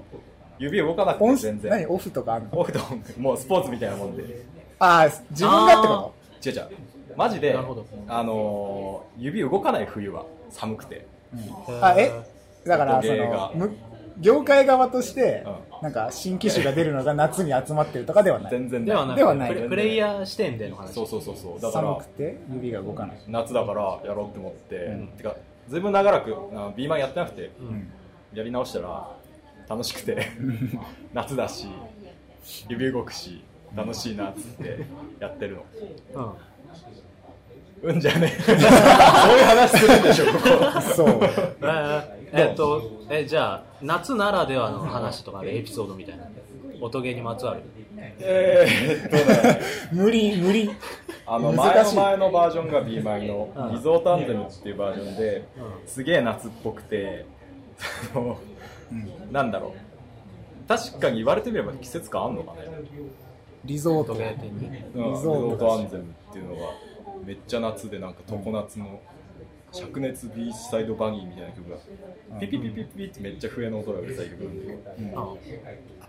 Speaker 3: 指動かなく
Speaker 1: オ
Speaker 3: て
Speaker 1: ン
Speaker 3: 全
Speaker 1: 何
Speaker 3: 然
Speaker 1: オフとかあるの
Speaker 3: オフとオンもうスポーツみたいなもんで違う
Speaker 1: ああ、自分がってこ
Speaker 3: 違うマジで
Speaker 2: なるほど
Speaker 3: あのー指動かない冬は寒くて
Speaker 1: と、あ、えだから、そ
Speaker 3: ゲーが
Speaker 1: の、む業界側として
Speaker 3: う、
Speaker 1: なんか新機種が出るのが夏に集まってるとかではない。
Speaker 3: 全然
Speaker 2: ではなく
Speaker 1: ではない
Speaker 2: プレプレイヤー視点での話
Speaker 3: そうそうそうそうだか
Speaker 1: 寒
Speaker 3: ら
Speaker 1: くて指が動かない。
Speaker 3: 夏だからやろうと思って、
Speaker 2: うん
Speaker 3: てかずいぶん長らくあ B マンやってなくて
Speaker 2: うん
Speaker 3: やり直したら楽しくて夏だし指動くし楽しいなっつってやってるの
Speaker 2: うん、
Speaker 3: うんじゃねえ (laughs) そういう話するんでしょここ
Speaker 1: そう。 (laughs)
Speaker 2: えーえっとえじゃあ夏ならではの話とかでエピソードみたいな音ゲーにまつわる
Speaker 3: えーっとね
Speaker 1: 無理、無理。
Speaker 3: あの前
Speaker 1: 難し
Speaker 3: の
Speaker 1: い
Speaker 3: 前のバージョンが B マイの
Speaker 2: うん
Speaker 3: リゾートアンゼムっていうバージョンで
Speaker 2: う
Speaker 3: すげえ夏っぽくてそのなんだろう確かに言われてみれば季節感あんのかね
Speaker 1: リゾー
Speaker 2: 音
Speaker 1: ト
Speaker 2: ゲ。ー店に
Speaker 3: リゾ
Speaker 1: リゾ
Speaker 3: ー
Speaker 1: ートだし
Speaker 3: トアンゼムっていうのがめっちゃ夏でなんか常夏の灼熱ビーチサイドバギーみたいな曲がピピピピピってめっちゃ笛の音がうるさい曲なんだけど
Speaker 2: う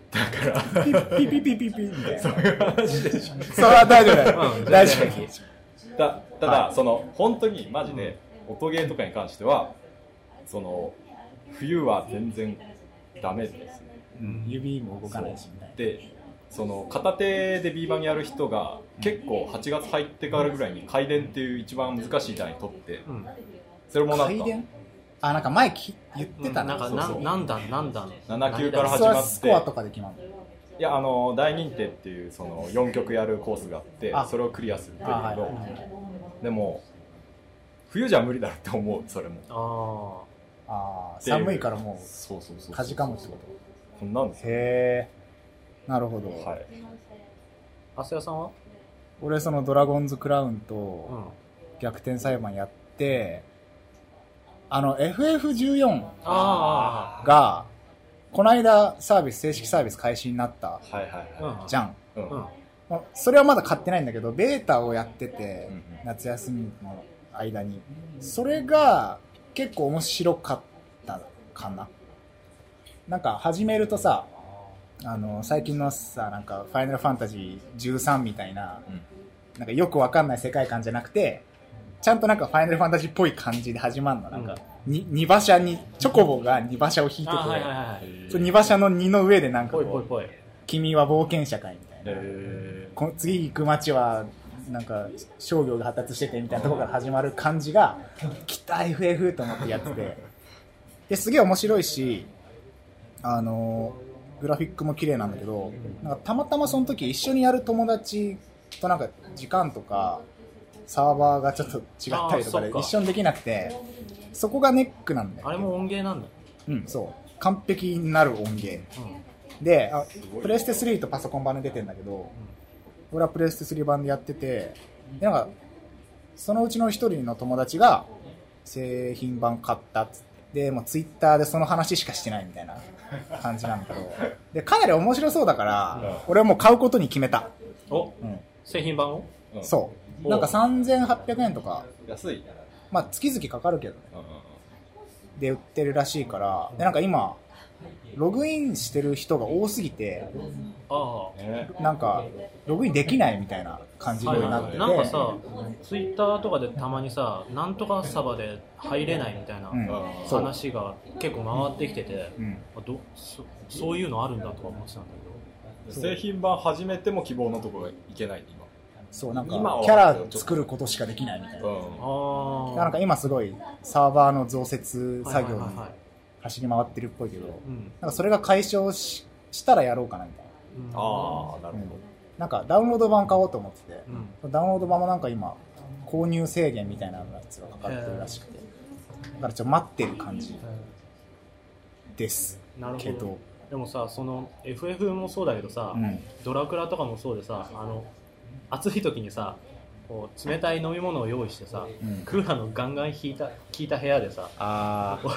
Speaker 3: だか
Speaker 1: ピッピッピッピッピッピッみたいな。
Speaker 3: らそういう話でしょ
Speaker 1: それは大丈夫だ
Speaker 2: う
Speaker 1: よ
Speaker 2: ん。
Speaker 1: 大丈夫。
Speaker 3: だただ、
Speaker 1: は
Speaker 3: その本当にマジで音ゲーとかに関してはその冬は全然ダメですね
Speaker 1: 指も動かないしみたい
Speaker 3: でその片手でビーバンやる人が結構8月入ってからぐらいに回電っていう一番難しい段に取って
Speaker 2: ん
Speaker 3: それも
Speaker 1: な。
Speaker 3: なっ
Speaker 1: 回
Speaker 3: た
Speaker 1: 転あ、なんか前き言ってたな
Speaker 2: な。
Speaker 1: ん
Speaker 2: か
Speaker 3: そうそう
Speaker 2: な何段何段
Speaker 3: 7級から
Speaker 1: そ
Speaker 3: 始
Speaker 1: れ
Speaker 3: まって
Speaker 1: はスコアとかで決まるの。
Speaker 3: いやあの大認定っていうその4曲やるコースがあって
Speaker 1: あ
Speaker 3: それをクリアするっていうけど、
Speaker 1: あはい
Speaker 3: でも冬じゃ無理だろって思うそれも
Speaker 2: あ
Speaker 1: ああ、寒いからも
Speaker 3: そうそうそう
Speaker 1: う、かじかむってこと。
Speaker 3: こんなんですよ
Speaker 1: へえ。なるほど。
Speaker 3: はい
Speaker 2: あせやさんは
Speaker 1: 俺、そのドラゴンズクラウン
Speaker 2: う
Speaker 1: と
Speaker 2: ん
Speaker 1: 逆転裁判やって、あの、FF14
Speaker 2: あ
Speaker 1: が、この間サービス、正式サービス開始になった
Speaker 3: はいはい
Speaker 2: あ
Speaker 3: は
Speaker 2: うん
Speaker 1: じゃん。
Speaker 3: い、うん
Speaker 2: うん
Speaker 1: まあそれはまだ買ってないんだけど、ベータをやってて
Speaker 3: うんうん、
Speaker 1: 夏休みの間に。それが結構面白かったかな。なんか始めるとさ、あの、最近のさ、なんか、ファイナルファンタジー13みたいな、
Speaker 3: うん
Speaker 1: なんかよくわかんない世界観じゃなくて、ちゃんとなんかファイナルファンタジーっぽい感じで始まるの。なんか、に二馬車に、チョコボが二馬車を引いて
Speaker 2: あはいはい
Speaker 1: て、
Speaker 2: はいはい
Speaker 1: その二馬車の二の上でなんか
Speaker 2: ぽい
Speaker 1: こ、
Speaker 2: ぽいうぽい
Speaker 1: 君は冒険者かいみたいな。
Speaker 3: え
Speaker 1: この次行く街はなんか商業が発達しててみたいなところから始まる感じが来た FF と思ってやっててですげえ面白いしあのグラフィックも綺麗なんだけどなんかたまたまその時一緒にやる友達となんか時間とかサーバーがちょっと違ったりとか
Speaker 2: あーそっ
Speaker 1: で
Speaker 2: か
Speaker 1: 一緒にできなくてそこがネックなんだよ
Speaker 2: あれも音ゲーなんだ
Speaker 1: うんそう完璧になる音源であプレステ3とパソコン版で出てんだけど俺はプレステ3版でやっててでなんかそのうちの一人の友達が製品版買ったっつってでもうツイッターでその話しかしてないみたいな感じなんだけ (laughs) どでかなり面白そうだから俺はもう買うことに決めた、
Speaker 2: うんお
Speaker 1: うん、
Speaker 2: 製品版を
Speaker 3: うん
Speaker 1: そうなんか3800円とか
Speaker 3: 安い、
Speaker 1: まあ月々かかるけどね
Speaker 3: うんうんうん
Speaker 1: で売ってるらしいからでなんか今ログインしてる人が多すぎて
Speaker 2: あ
Speaker 3: ね
Speaker 1: なんかログインできないみたいな感じ
Speaker 2: あは
Speaker 1: に
Speaker 2: い
Speaker 1: なって
Speaker 2: はい
Speaker 1: て
Speaker 2: なんかさツイッターとかでたまにさなんとかサバで入れないみたいな
Speaker 1: うん
Speaker 3: うん
Speaker 1: そう
Speaker 2: 話が結構回ってきてて
Speaker 1: うん
Speaker 2: あどそそういうのあるんだとか思ってたんだ
Speaker 3: 製品版始めても希望のところがいけない今
Speaker 1: そうなんか
Speaker 3: 今は
Speaker 1: キャラ作ることしかできないみたいな
Speaker 2: け
Speaker 3: う
Speaker 2: どああ
Speaker 1: なんか今すごいサーバーの増設作業に
Speaker 2: はいはいはいはい
Speaker 1: 走り回ってるっぽいけど、
Speaker 2: うん
Speaker 1: なんかそれが解消ししたらやろうかなみたいな。
Speaker 2: うん
Speaker 3: ああなる
Speaker 1: うんなんかダウンロード版買おうと思ってて
Speaker 2: う、ん
Speaker 1: ダウンロード版もなんか今、購入制限みたいなやつがかかってるらしくて、だからちょっと待ってる感じです
Speaker 2: なる
Speaker 1: け
Speaker 2: ほど
Speaker 1: ど、
Speaker 2: でもさその FF もそうだけどさ、
Speaker 1: うん
Speaker 2: ドラクラとかもそうでさあの暑い時にさこう冷たい飲み物を用意してさ
Speaker 1: うん
Speaker 2: クーラーのガンガン引いた効いた部屋でさ
Speaker 1: あ
Speaker 2: こう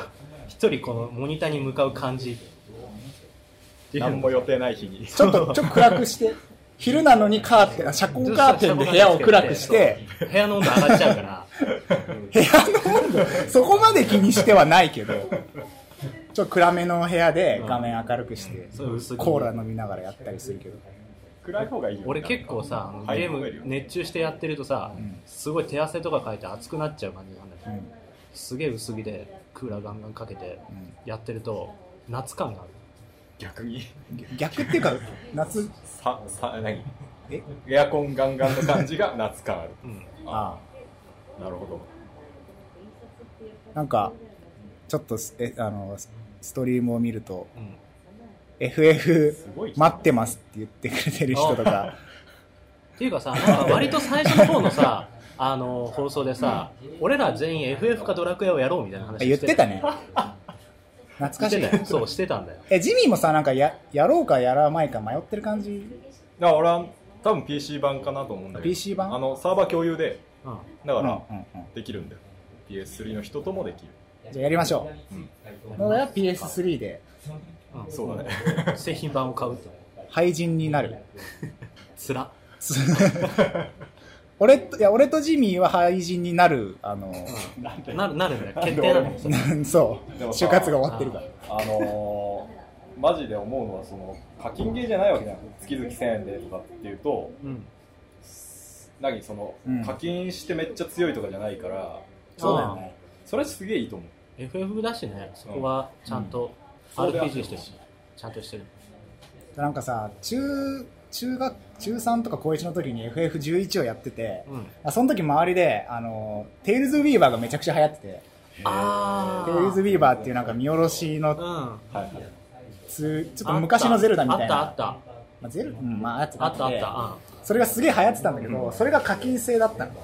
Speaker 2: 一人このモニターに向かう感じっていうの
Speaker 3: 何も予定ない日に
Speaker 1: ーちょっとちょっと暗く
Speaker 2: (laughs)
Speaker 1: して昼なのにカーテンあ遮光カーテンで部屋を暗くして
Speaker 2: そう部屋の温度上がっちゃ
Speaker 1: (laughs)
Speaker 2: うから
Speaker 1: 部屋の温度そこまで気にしてはない
Speaker 2: (laughs)
Speaker 1: けどちょっと暗めの部屋で画面明るくして
Speaker 2: そう薄く
Speaker 1: コーラ飲みながらやったりするけど
Speaker 3: 暗い方がいいよ
Speaker 2: 俺結構さあの
Speaker 3: はい
Speaker 2: ゲーム熱中してやってるとさ、
Speaker 1: ん
Speaker 2: すごい手汗とかかいて熱くなっちゃう感じなんだけ
Speaker 1: う
Speaker 2: ど、
Speaker 1: ん
Speaker 2: すげえ薄着でクーラーガンガンかけて
Speaker 1: うん
Speaker 2: やってると夏感がある
Speaker 3: 逆に
Speaker 1: 逆っていうか夏
Speaker 3: ささ何
Speaker 1: え
Speaker 3: エアコンガンガンの感じが夏感ある
Speaker 2: うん
Speaker 1: あ
Speaker 3: (laughs) なるほど
Speaker 1: あなんかちょっとすえあのスストリームを見ると
Speaker 2: うん
Speaker 1: FF
Speaker 3: すごい
Speaker 1: 待ってますって言ってくれてる人とか
Speaker 2: っていうかさなんか割と最初の方のさ (laughs) あの放送でさ、俺ら全員 FF かドラクエをやろうみたいな話
Speaker 1: 言っ
Speaker 2: して
Speaker 1: た
Speaker 2: (laughs)
Speaker 1: ね懐かし
Speaker 2: して
Speaker 1: い
Speaker 2: たよそうしてたんだよ
Speaker 1: えジミーもさなんかややろうかやらないか迷ってる感じ
Speaker 3: だから俺は多分 PC 版かなと思うんだけど
Speaker 1: PC 版
Speaker 3: あのサーバー共有で
Speaker 2: うん
Speaker 3: だ
Speaker 1: う
Speaker 3: か
Speaker 1: んうん
Speaker 3: ら
Speaker 1: うん
Speaker 3: できるんだよ、PS3 の人ともできる
Speaker 1: じゃあやりましょうだから
Speaker 2: や
Speaker 1: PS3 で
Speaker 2: うん
Speaker 3: そうだね
Speaker 2: 製品版を買うって
Speaker 1: 廃人になる
Speaker 2: つら
Speaker 1: つ俺といや俺とジミーは廃人になるあの
Speaker 2: なるなるんだよ決定なんだよそれ
Speaker 1: なんそ
Speaker 3: で
Speaker 1: う
Speaker 3: もさ
Speaker 1: 就活が終わってるから
Speaker 3: あのー、マジで思うのはその課金ゲーじゃないわけじゃん月々1000円でとかっていうと
Speaker 2: うん
Speaker 3: 何その、
Speaker 1: うん
Speaker 3: 課金してめっちゃ強いとかじゃないから
Speaker 1: そうだよね
Speaker 3: それすげえいいと思う
Speaker 2: FF だしねそこはちゃんと
Speaker 3: うん
Speaker 2: RPG してるし、ちゃんとしてる
Speaker 1: なんかさ中中学中3とか高1の時に FF11 をやってて、
Speaker 2: うん
Speaker 1: あその時周りであのテイルズ・ウィーバーがめちゃくちゃ流行ってて
Speaker 2: あ
Speaker 1: テイルズ・ウィーバーっていうなんか見下ろしの
Speaker 2: うん
Speaker 3: はいはい
Speaker 1: つちょっと昔のゼルダみたいな
Speaker 2: あったあっ
Speaker 1: まあ、ゼルうんまああって
Speaker 2: たあったあった
Speaker 1: それがすげえ流行ってたんだけど、それが課金制だったの
Speaker 2: うん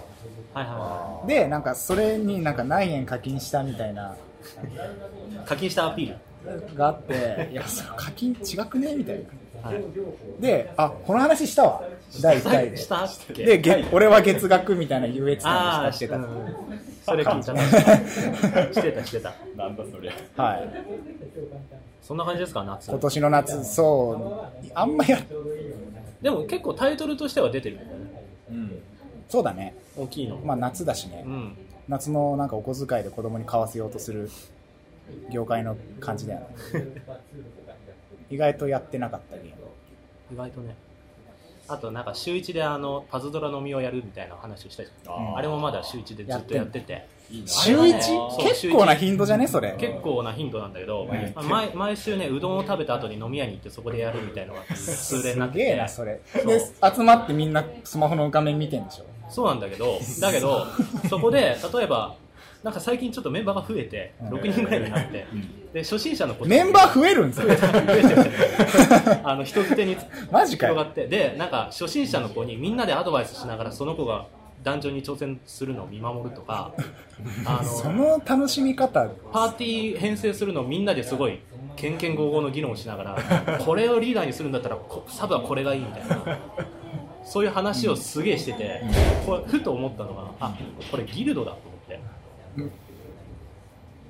Speaker 2: はいは
Speaker 1: でなんかそれになんか何円課金したみたいない
Speaker 2: はい課金したアピール
Speaker 1: があ
Speaker 2: (laughs)
Speaker 1: っていやそれ課金違くねみたいな
Speaker 2: はい
Speaker 1: であこの話したわ第1回で
Speaker 2: したっけ
Speaker 1: で月俺は月額みたいな優越感
Speaker 2: あ
Speaker 1: を
Speaker 2: あ
Speaker 1: したしてた
Speaker 2: うんそれ聞いちゃったしてたしてた
Speaker 3: なんだそりゃ
Speaker 1: はい、
Speaker 2: そんな感じですか夏
Speaker 1: 今年の夏、そう、あんまや、
Speaker 2: でも結構タイトルとしては出てるんだよね
Speaker 3: うん
Speaker 1: そうだね、
Speaker 2: 大きいの
Speaker 1: まあ夏だしね
Speaker 2: う、ん
Speaker 1: 夏のなんかお小遣いで子供に買わせようとする業界の感じだよね。意外とやってなかったり、
Speaker 2: 意外とねあとなんか週一であのパズドラ飲みをやるみたいな話をしたじゃん、
Speaker 1: うん
Speaker 2: あれもまだ週一でずっとやってて
Speaker 3: いいな
Speaker 1: 週
Speaker 2: あれ
Speaker 1: 1?
Speaker 2: はねそう
Speaker 1: 結構な頻度じゃね、それ。
Speaker 2: 結構な頻度なんだけど、
Speaker 3: ん
Speaker 2: まあ毎毎週ねうどんを食べた後に飲み屋に行ってそこでやるみたいなのが
Speaker 1: す
Speaker 2: 通例になって
Speaker 1: げえな、
Speaker 2: て
Speaker 1: それ。
Speaker 2: そう
Speaker 1: で、集まってみんなスマホの画面見てんでしょ。
Speaker 2: そうなんだけどだけどそこで例えばなんか最近ちょっとメンバーが増えて
Speaker 1: うん
Speaker 2: 6人ぐらいになって、で初心者の子
Speaker 1: メンバー増えるんですよ。
Speaker 2: 増えてる (laughs) あの人づてに
Speaker 1: マジか
Speaker 2: 広が
Speaker 1: よ。
Speaker 2: ってでなんか初心者の子にみんなでアドバイスしながらその子が壇上に挑戦するのを見守ると
Speaker 1: (laughs)
Speaker 2: かあ
Speaker 1: そ
Speaker 2: の
Speaker 1: の楽しみ方、
Speaker 2: パーティー編成するのをみんなですごいけんけんごうごうの議論をしながらこれをリーダーにするんだったらこサブはこれがいいみたいなそういう話をすげえしててこれふと思ったのがあこれギルドだと思って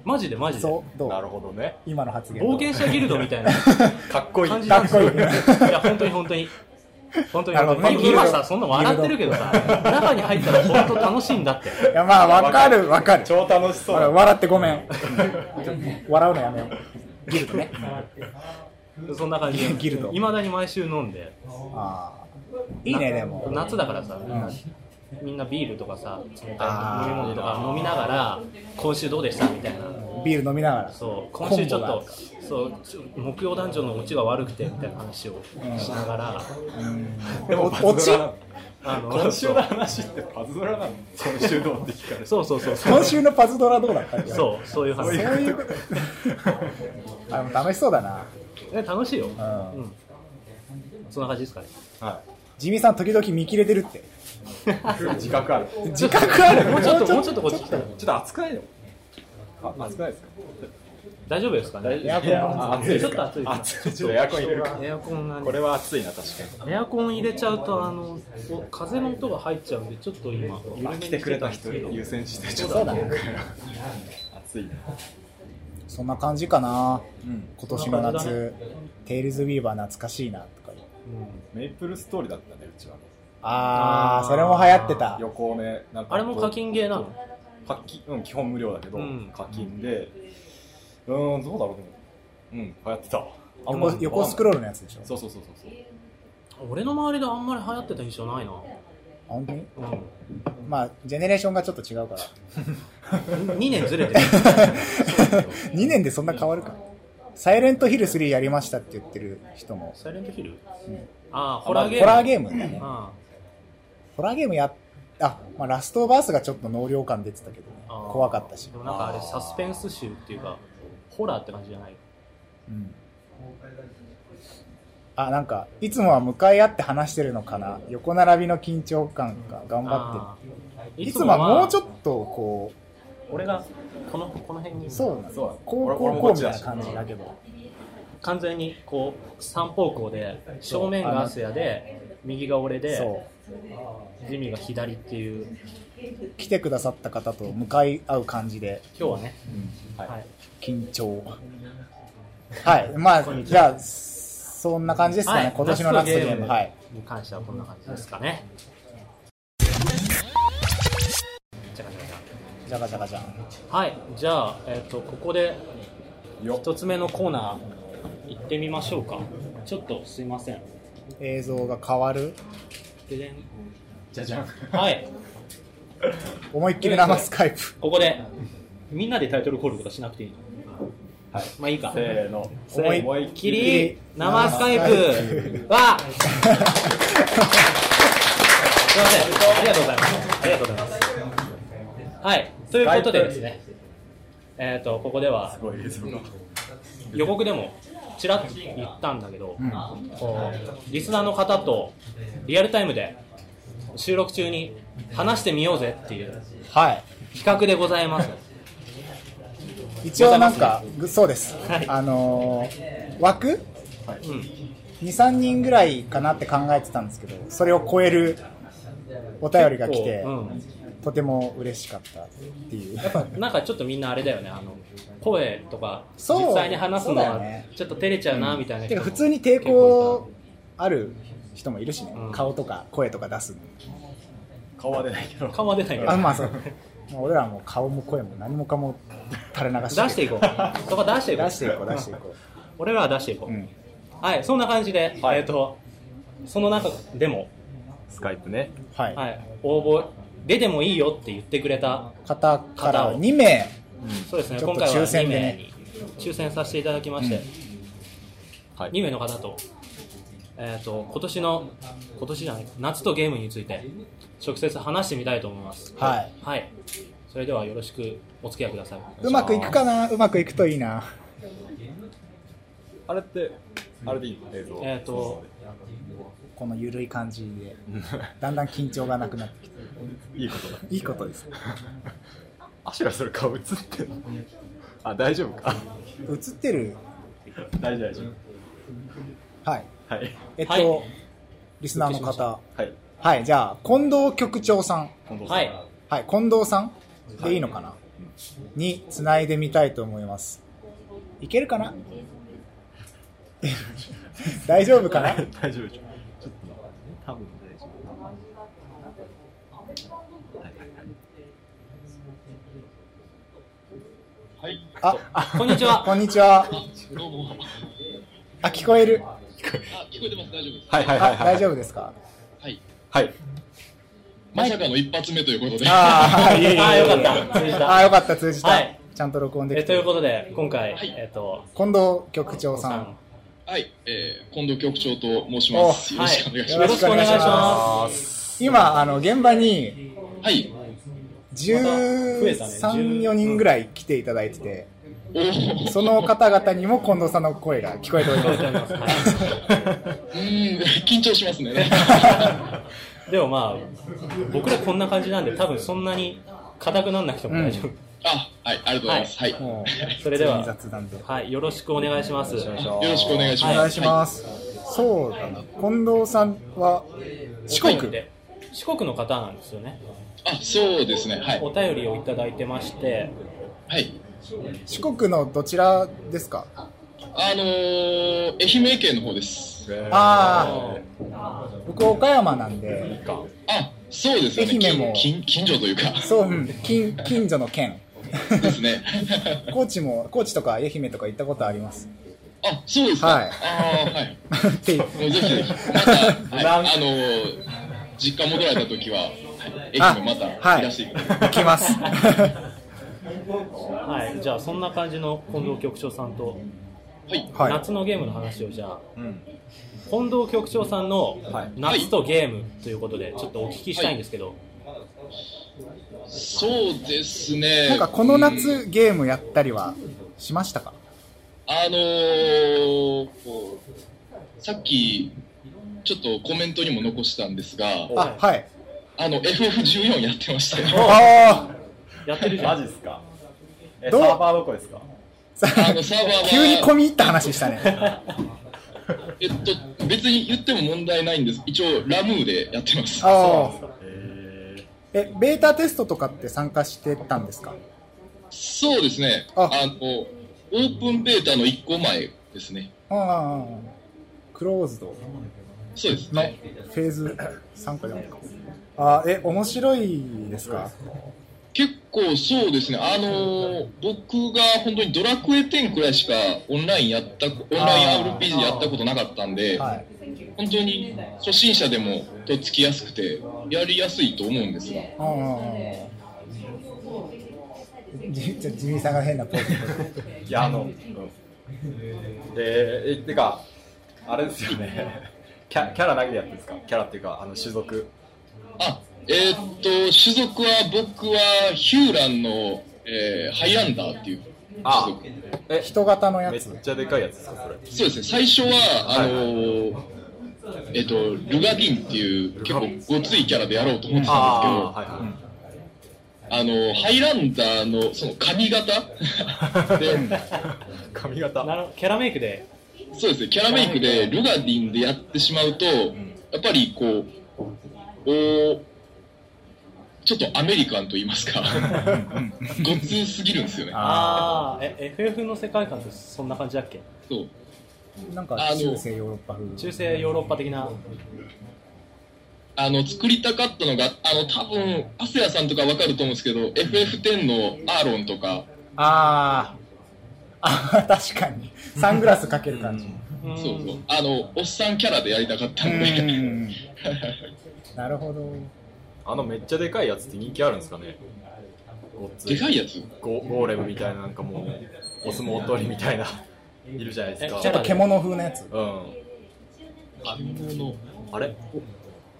Speaker 2: マジでマジで
Speaker 1: そう、ど
Speaker 3: なる
Speaker 1: う
Speaker 3: ほどね
Speaker 1: 今の発言。
Speaker 2: 冒険者ギルドみたいな
Speaker 3: かっこいい
Speaker 2: 感じ
Speaker 1: か
Speaker 2: な
Speaker 1: っ
Speaker 2: んです
Speaker 1: こい
Speaker 2: よ。
Speaker 1: い
Speaker 2: いや、本当に本当に。本当に本
Speaker 1: な
Speaker 2: 当
Speaker 1: る
Speaker 2: に
Speaker 1: ほどね
Speaker 2: 今さ、そんな笑ってるけどさ、中に入ったら本当楽しいんだって。
Speaker 1: いや、まあ、わかる、わかる。
Speaker 3: 超楽しそ
Speaker 1: ほ
Speaker 3: う
Speaker 1: ら
Speaker 3: だ
Speaker 1: 笑ってごめん。笑うのやめよう。ギルドね。
Speaker 2: そんな感じで。
Speaker 1: ギルド
Speaker 2: いまだに毎週飲んで。
Speaker 1: あーいいね、
Speaker 2: な
Speaker 1: でも。
Speaker 2: 夏だからさ、みんな。みんなビールとかさ、冷たい飲み物とか飲みながら、今週どうでしたみたいな。
Speaker 1: ビール飲みながら。
Speaker 2: そう、今週ちょっ
Speaker 1: コンボ
Speaker 2: と
Speaker 1: が、
Speaker 2: そう、ちょ木曜男女のオチが悪くて、みたいな話をしながら、
Speaker 3: でも
Speaker 1: お
Speaker 3: パズドラなの
Speaker 2: あの
Speaker 3: 今週の話ってパズドラなの今週どうって聞かれ
Speaker 2: そうそうそうそう。
Speaker 1: 今週のパズドラどうだったっけ
Speaker 2: そう、そういう
Speaker 1: そう
Speaker 2: 話。
Speaker 1: いうこと。あの楽しそうだな。
Speaker 2: ね楽しいよ。
Speaker 1: うん
Speaker 2: うん。そんな感じですかね。
Speaker 3: たは
Speaker 1: 地味さん、時々見切れてるって。
Speaker 3: い自覚あるちょ
Speaker 1: 自覚ある
Speaker 2: もうちょっと、もうちょっとこっち
Speaker 1: ちょ
Speaker 2: 来た
Speaker 1: っ
Speaker 2: ら
Speaker 1: と。
Speaker 3: っと熱くないのあ熱くないですか
Speaker 2: 大丈夫ですかね
Speaker 1: エアコン
Speaker 3: あ暑いですか
Speaker 2: ちょっと暑いです
Speaker 3: 暑いちょっとエアコン入れるか
Speaker 2: エアコンがね
Speaker 3: これは暑いな確かに
Speaker 2: エアコン入れちゃうとあのお風の音が入っちゃうんでちょっと今緩め
Speaker 3: あ
Speaker 2: に
Speaker 3: 来てくれた
Speaker 2: して
Speaker 3: 人優先してちょっ
Speaker 1: そ
Speaker 3: と
Speaker 1: うだね
Speaker 3: 暑いな
Speaker 1: そんな感じかな
Speaker 3: うん
Speaker 1: 今年の
Speaker 2: そんな
Speaker 1: 夏テイルズ・ビーバー懐かしいなとか言う
Speaker 2: うん
Speaker 3: メイプルストーリーだったねうちは
Speaker 1: あ
Speaker 2: あー
Speaker 1: ーそれも流行ってた
Speaker 3: 横目なんか
Speaker 2: あれも課金ゲーなの
Speaker 3: 課金うん基本無料だけど、
Speaker 2: うん
Speaker 3: 課金でうーんどうだろうでもうん流行ってたあんま
Speaker 1: 横横スクロールのやつでし
Speaker 3: そ
Speaker 1: ょ
Speaker 3: うそうそうそうそう
Speaker 2: 俺の周りであんまり流行ってた印象ないな、
Speaker 1: 本当に
Speaker 2: う
Speaker 1: まあジェネレーションがちょっと違うから
Speaker 2: ん、2年ずれてる
Speaker 1: 2年でそんな変わるかサイレントヒル3やりましたって言ってる人も、
Speaker 2: サイレントヒル
Speaker 1: うん
Speaker 2: ああホラーゲーム
Speaker 1: ホラーゲームだね
Speaker 2: あ
Speaker 1: ホラーゲームやあ、まあ、ラストオブアースがちょっと納涼感出てたけどね
Speaker 2: あー
Speaker 1: 怖かったし
Speaker 2: で、もなんかあれサスペンス集っていうかホラーって感じじゃない
Speaker 1: うん、あなんかいつもは向かい合って話してるのかな横並びの緊張感が頑張っ
Speaker 2: あ
Speaker 1: て
Speaker 2: ー
Speaker 1: るいつもはもうちょっ
Speaker 2: と
Speaker 1: とこ
Speaker 2: 俺がこのこの辺に
Speaker 1: うそうなん
Speaker 3: そうだね
Speaker 1: こう
Speaker 3: 俺
Speaker 1: こう
Speaker 3: 俺も
Speaker 1: こ
Speaker 3: こ
Speaker 1: う
Speaker 3: っ
Speaker 1: み
Speaker 3: ち
Speaker 1: たい
Speaker 3: だ
Speaker 1: な
Speaker 3: し
Speaker 1: 感じだけど
Speaker 2: 完全にこう三方向で正面がアスヤで右が俺
Speaker 1: そ
Speaker 2: でジミーが左っていう
Speaker 1: う来てくださった方と向かい合う感じで
Speaker 2: 今日はね、
Speaker 3: はい、
Speaker 2: はい、
Speaker 1: 緊張はいまあ
Speaker 2: こんにち
Speaker 1: じゃあそんな感じですかね、
Speaker 2: はい
Speaker 1: 今年のラストゲームはい
Speaker 2: に関してはこんな感じですかねじゃかじゃかじ
Speaker 1: じゃがじゃがじゃん
Speaker 2: ゃかはいじゃあ、えっとここで
Speaker 3: よ
Speaker 2: 一つ目のコーナー行ってみましょうかちょっとすいません
Speaker 1: 映像が変わる
Speaker 2: ででん
Speaker 3: じゃじゃん
Speaker 2: はい
Speaker 1: 思いっきり生スカイ
Speaker 2: (laughs)
Speaker 1: プ
Speaker 2: ここでみんなでタイトルコールとかしなくていいの
Speaker 3: はい
Speaker 2: まあいいか
Speaker 3: せーの
Speaker 1: せー
Speaker 2: 思
Speaker 1: 思
Speaker 2: い
Speaker 3: い
Speaker 2: っ
Speaker 3: っ
Speaker 2: き
Speaker 3: き
Speaker 2: り
Speaker 1: り生
Speaker 2: 生ス
Speaker 1: ス
Speaker 2: カ
Speaker 1: カ
Speaker 2: イ
Speaker 1: イ
Speaker 2: プ
Speaker 1: プ
Speaker 2: はすいませんありがとうございますありがとうございますはいということでですねえっ、とここでは
Speaker 3: すごい映像が
Speaker 2: 予告でもちらっと言ったんだけど、
Speaker 1: ん
Speaker 2: こうリスナーの方とリアルタイムで収録中に話してみようぜっていう
Speaker 1: はい
Speaker 2: 企画でございます
Speaker 1: 一応なんかぐそうです、
Speaker 2: はい
Speaker 1: あのー枠
Speaker 2: うん
Speaker 1: 23人ぐらいかなって考えてたんですけどそれを超えるお便りが来て、
Speaker 2: こ
Speaker 1: とても嬉しかったっていう
Speaker 2: ううん、なんかちょっとみんなあれだよねあの声とか
Speaker 1: そう
Speaker 2: 実際に話すの
Speaker 1: そう
Speaker 2: は
Speaker 1: だよね
Speaker 2: ちょっと照れちゃうなみたい
Speaker 1: (laughs) て
Speaker 2: な人
Speaker 1: か
Speaker 2: も
Speaker 1: 普通に抵抗ある人もいるしね、
Speaker 2: うん
Speaker 1: 顔とか声とか出すの
Speaker 3: 顔は出ないけど
Speaker 2: 顔は出ないけど
Speaker 1: あまあそうもう俺らはもう顔も声も何もかも垂れ流
Speaker 2: 出
Speaker 1: して
Speaker 2: していこうそこ出していこう
Speaker 1: 出していこう出していこ
Speaker 2: (laughs) 俺らは出していこ
Speaker 1: う、
Speaker 2: う、
Speaker 1: うん、
Speaker 2: はいそんな感じで、
Speaker 3: はい
Speaker 2: えっ、とその中でも、
Speaker 3: スカイプね
Speaker 1: はい、
Speaker 2: はい、応募出てもいいよって言ってくれた
Speaker 1: 方か
Speaker 2: 方
Speaker 1: ら
Speaker 2: を
Speaker 1: 2名
Speaker 2: そうですね、
Speaker 1: ちょ
Speaker 2: 今
Speaker 1: っと
Speaker 2: 回は
Speaker 1: 抽選
Speaker 2: 2
Speaker 1: で
Speaker 2: 名
Speaker 1: ね
Speaker 2: に抽選させていただきまして、
Speaker 3: はい
Speaker 2: 2名の方と、えっ、と、今年の、今年じゃない、夏とゲームについて、直接話してみたいと思います。
Speaker 1: はい。
Speaker 2: はい。それではよろしくお付き合いください。
Speaker 1: うまくいくかなうまくいくといいな
Speaker 3: あれってあれでいいの映像
Speaker 2: えーと
Speaker 1: この緩い感じでだんだん緊張がなくなってきて
Speaker 3: いいことだ
Speaker 1: いいことです
Speaker 3: アシュラそれ顔映ってるあ大丈夫か
Speaker 1: 映ってる
Speaker 3: 大丈夫大丈
Speaker 1: はい
Speaker 3: 夫はい
Speaker 1: えっと、
Speaker 2: はい
Speaker 1: リスナーの方
Speaker 3: はい
Speaker 1: はいじゃあ近藤局長さん
Speaker 3: 近藤さん
Speaker 2: はい。
Speaker 1: はい近藤さんでいいのかな、につないでみたいと思いますいけるかな大丈夫かな
Speaker 3: 大丈夫でしょちょっと多分大丈夫はい
Speaker 4: はい、
Speaker 1: ああ
Speaker 2: こんにちは
Speaker 1: こんにちは
Speaker 4: どうも。
Speaker 1: あ聞こえる
Speaker 4: あ、聞こえてます、大丈夫です。
Speaker 3: はいはい
Speaker 1: あ
Speaker 3: はいはい
Speaker 1: 大丈夫ですか
Speaker 4: はい。
Speaker 3: はい
Speaker 4: まさかの一発目ということで。
Speaker 1: ああいえいえいえ
Speaker 2: ああ、よかった。通じ
Speaker 1: あー
Speaker 2: た。
Speaker 1: よかった通じた、
Speaker 2: はい
Speaker 1: ちゃんと録音で
Speaker 2: え
Speaker 1: き
Speaker 2: と
Speaker 1: て
Speaker 2: い
Speaker 1: る
Speaker 2: うことで、今回、
Speaker 4: はい
Speaker 2: えっ、と、
Speaker 1: 近藤局長
Speaker 2: お
Speaker 1: さん
Speaker 4: (laughs) はい、えー、近藤局長と申します。
Speaker 2: お
Speaker 4: よろしくお願いし
Speaker 2: よ
Speaker 4: ま
Speaker 2: ろしくお願いします。
Speaker 1: 今あの現場に
Speaker 4: す。はい。
Speaker 2: 増えたね
Speaker 1: 134人ぐらい来ていただいてて、
Speaker 4: おー
Speaker 1: その方々にも近藤さんの声が聞こえており
Speaker 2: 聞こえておりま
Speaker 1: ますす
Speaker 2: は (laughs)
Speaker 4: うーん、緊張しますね。
Speaker 2: でもまあ、僕らこんな感じなんで、多分そんなに硬くなんなくても大丈夫。
Speaker 1: うん
Speaker 4: あ、はい、ありがとうございます。はい。
Speaker 1: もう、
Speaker 2: それでは
Speaker 1: 普通に雑談で。
Speaker 2: はい、よろしくお願いします。
Speaker 3: 願いし
Speaker 4: よろしくお願いし
Speaker 1: お
Speaker 4: ます。
Speaker 1: 願いします。そうだな。近藤さんは、四国
Speaker 2: お便りで四国の方なんですよね。
Speaker 4: はいあ、そうですね。はい。
Speaker 2: お便りをいただいてまして、
Speaker 4: はい。
Speaker 1: 四国のどちらですか
Speaker 4: あのー、愛媛県の方です。
Speaker 1: あ
Speaker 2: あ
Speaker 1: あ、僕岡山なんで、
Speaker 4: あ、そうですよね。
Speaker 1: 愛媛も
Speaker 4: 近近近所というか、
Speaker 1: そう、うん、近近所の
Speaker 4: (laughs)
Speaker 1: 県。
Speaker 4: ですね。 (laughs)
Speaker 1: 高知も、高知とか愛媛とか行ったことあり
Speaker 4: (laughs)
Speaker 1: ます。
Speaker 4: あ、そうですか。
Speaker 1: はい
Speaker 4: あーはい。
Speaker 1: って
Speaker 4: もうぜひぜひ。また、はい、あのー、実家戻られた時は、はい愛媛またいらしていただきます
Speaker 1: 行き
Speaker 4: (laughs)
Speaker 1: ます。
Speaker 2: はい、じゃあそんな感じの近藤局長さんと、
Speaker 4: はい。
Speaker 1: はい。
Speaker 2: 夏のゲームの話をじゃあ、
Speaker 3: うん
Speaker 2: 近藤局長さんの
Speaker 3: はい
Speaker 2: 夏とゲームということで、ちょっとお聞きしたいんですけど、
Speaker 4: そうですね。
Speaker 1: なんかこの
Speaker 4: うん
Speaker 1: 夏ゲームやったりはしましたか
Speaker 4: あのー、こうさっき、ちょっとコメントにも残したんですが、
Speaker 1: あ、はい。
Speaker 4: あの、FF14 やってまし
Speaker 1: (laughs)
Speaker 4: たよ。
Speaker 1: ああ、
Speaker 2: やってるじゃ
Speaker 3: マ
Speaker 2: ん。
Speaker 3: ジっすかえサ
Speaker 1: どう
Speaker 3: ーバーどこですか
Speaker 1: さ
Speaker 4: あの、サーバーは、
Speaker 1: (laughs) 急に込み入った話した
Speaker 4: (laughs)
Speaker 1: ね。
Speaker 4: えっと、別に言っても問題ないんです。一応、ラムーでやってます。
Speaker 1: ああ。
Speaker 3: え
Speaker 1: え、ベータテストとかって参加してたんですか
Speaker 4: そうですね。
Speaker 1: あ
Speaker 4: あの、オープンベータの1個前ですね。
Speaker 1: ああ、クローズド
Speaker 4: そうです
Speaker 1: の
Speaker 4: ね。
Speaker 1: フェーズ参加じゃないか。あーえ、面白いですか
Speaker 4: 結構そうですね。あのー、僕が本当にドラクエ10くらいしかオンラインやった、オンライン
Speaker 1: あー
Speaker 4: RPG やったことなかったんで、
Speaker 1: はい。
Speaker 4: 本当に初心者でもとっつきやすくてやりやすいと思うんですが
Speaker 1: あーじちょ地味さんが変なポーズ取る
Speaker 3: ーいやあの、うんでえてかあれですよねキャキャラ何でやってるんですかキャラっていうかあの種族
Speaker 4: あえーっと種族は僕はヒューランの、えーハイアンダーっていう
Speaker 3: あ
Speaker 4: 種族
Speaker 3: え
Speaker 1: 人型のや
Speaker 3: めっ
Speaker 1: つ。
Speaker 3: ちゃでかいやつですかそれ
Speaker 4: そうですね最初はあのーえーっとルガディンっていう結構ごついキャラでやろうと思ってたんですけど
Speaker 3: あーはいはい
Speaker 4: あのーハイランダーのその髪型で
Speaker 3: 髪型
Speaker 2: なるキャラメイクで、
Speaker 4: そうですね、キャラメイクでルガディンでやってしまうと、やっぱりこう、おちょっとアメリカンと言いますか、ごつすぎるんですよね。
Speaker 2: ああ、え、FF の世界観ってそんな感じだっけ
Speaker 4: そう
Speaker 1: なんか
Speaker 4: あの
Speaker 1: 中世ヨーロッパ風。
Speaker 2: 中世ヨーロッパ的な、
Speaker 4: あの作りたかったのが、あの多分アセアさんとかわかると思うんですけど、FF10 のアーロンとか、
Speaker 1: ああ。あー確かに。サングラスかける感じ。
Speaker 2: うん
Speaker 4: そうそう、あのおっさんキャラでやりたかった
Speaker 1: うん
Speaker 4: で、
Speaker 1: ん。なるほど。
Speaker 3: あのめっちゃでかいやつって人気あるんですかねごっつ
Speaker 4: でかいやつ、
Speaker 3: ゴゴーレムみたいななんかもうお相撲取りみたいないるじゃないですか
Speaker 2: え
Speaker 1: ちょっと獣風のやつ。
Speaker 3: うん
Speaker 4: 獣
Speaker 3: あれ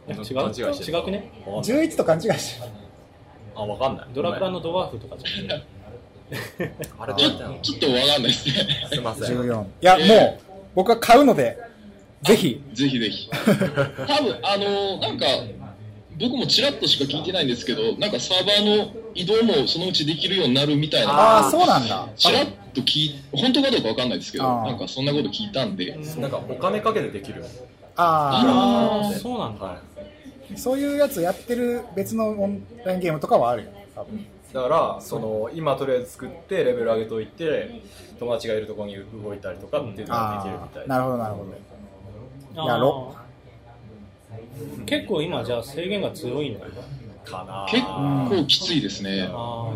Speaker 2: え違う
Speaker 3: 勘違いしてる
Speaker 2: 違くね
Speaker 3: わかんない
Speaker 1: 11と勘違いしてる
Speaker 3: あわかんない
Speaker 2: ドラクラのドワーフとかじゃ
Speaker 3: (laughs)
Speaker 2: ん。
Speaker 3: ごめんあれ
Speaker 4: ち
Speaker 3: どうやってやる
Speaker 4: ょちょっとわかんないですね。
Speaker 3: のすいません
Speaker 1: 14。いや、もう、僕は買うので、ぜひ。
Speaker 4: ぜひ
Speaker 1: (laughs)
Speaker 4: ぜひ。多分あのなんか、僕もちらっとしか聞いてないんですけど、なんかサーバーの移動もそのうちできるようになるみたいな、
Speaker 1: ああ、そうなんだ。
Speaker 4: ちらっと聞い、本当かどうかわかんないですけど、
Speaker 1: あー
Speaker 4: なんかそんなこと聞いたんで、
Speaker 3: なんかお金かけてできる
Speaker 1: あ
Speaker 2: ああ、そうなんだ。
Speaker 3: は
Speaker 1: あ、そういうやつやってる別のオンラインゲームとかはあるよ、多分。
Speaker 3: いだからその今とりあえず作ってレベル上げといて友達がいるところに動いたりとかっていうのができるみ
Speaker 1: あ
Speaker 3: た
Speaker 1: あ、
Speaker 3: い
Speaker 1: なる
Speaker 3: な
Speaker 1: ほど、なるほど。や
Speaker 2: あー
Speaker 1: ろ
Speaker 2: 結構今じゃあ制限が強いんだ。
Speaker 3: かな
Speaker 4: 結構きついですね。
Speaker 2: あ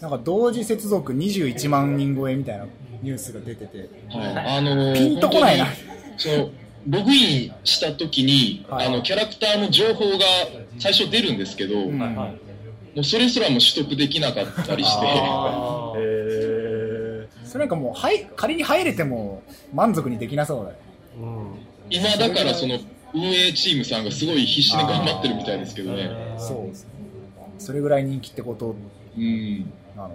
Speaker 1: なんか同時接続21万人超えみたいなニュースが出てて。
Speaker 4: はい、あのー
Speaker 1: ピンとこないな
Speaker 4: 本当にそのログインした時に、
Speaker 1: はい
Speaker 4: あのキャラクターの情報が最初出るんですけど、
Speaker 1: うん
Speaker 4: も
Speaker 2: あ、はい。
Speaker 4: うそれすらも取得できなかったりして、
Speaker 2: あ
Speaker 3: へ
Speaker 2: ー
Speaker 3: え
Speaker 1: それなんかもう、はい、仮に入れても満足にできなそうだよ。
Speaker 2: うん
Speaker 4: 今だからその運営チームさんがすごい必死で頑張ってるみたいですけどね。
Speaker 2: (laughs)
Speaker 1: そうですね。それぐらい人気ってこと
Speaker 4: うん
Speaker 1: なの。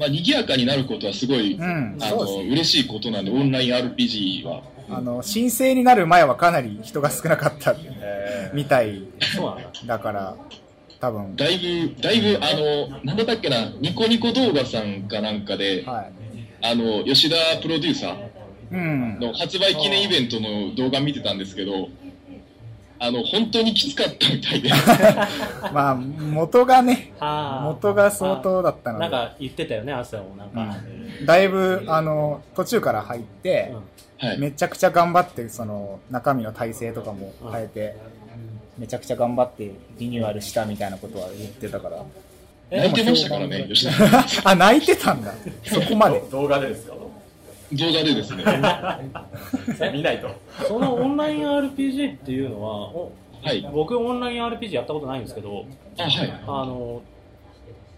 Speaker 4: まあ、賑やかになることはすごい、
Speaker 1: うん、
Speaker 4: あ
Speaker 1: そう
Speaker 4: の
Speaker 1: ですね。
Speaker 4: 嬉しいことなんで、オンライン RPG は。
Speaker 1: あの、申請になる前はかなり人が少なかったみたい
Speaker 2: そうなんだ。
Speaker 1: だから、多分。
Speaker 4: だいぶ、だいぶ、あの、なんだったっけな、ニコニコ動画さんかなんかで、
Speaker 1: はい。
Speaker 4: あの、吉田プロデューサー
Speaker 1: うん。
Speaker 4: の発売記念イベントの動画見てたんですけど、あの、本当にきつかった
Speaker 1: (laughs)
Speaker 4: みたいで、
Speaker 1: まあ、元がね、
Speaker 2: あー
Speaker 1: 元が相当だったの
Speaker 2: なん
Speaker 1: で、
Speaker 2: か言ってたよね、朝を。なんか。
Speaker 1: だいぶ、あの、途中から入って、
Speaker 4: はい。
Speaker 1: めちゃくちゃ頑張って、その、中身の体制とかも変えて、めちゃくちゃ頑張ってリニューアルしたみたいなことは言ってたから。
Speaker 4: 泣いてましたからね、吉田さん
Speaker 1: あ、泣いてたんだ。そこまで。
Speaker 3: 動画でですか
Speaker 4: 動画でですね、
Speaker 3: それ見ないと。
Speaker 2: うんそのオンライン RPG っていうのは、お
Speaker 4: はい。
Speaker 2: 僕オンライン RPG やったことないんですけど、
Speaker 4: あ、はい。
Speaker 2: あの、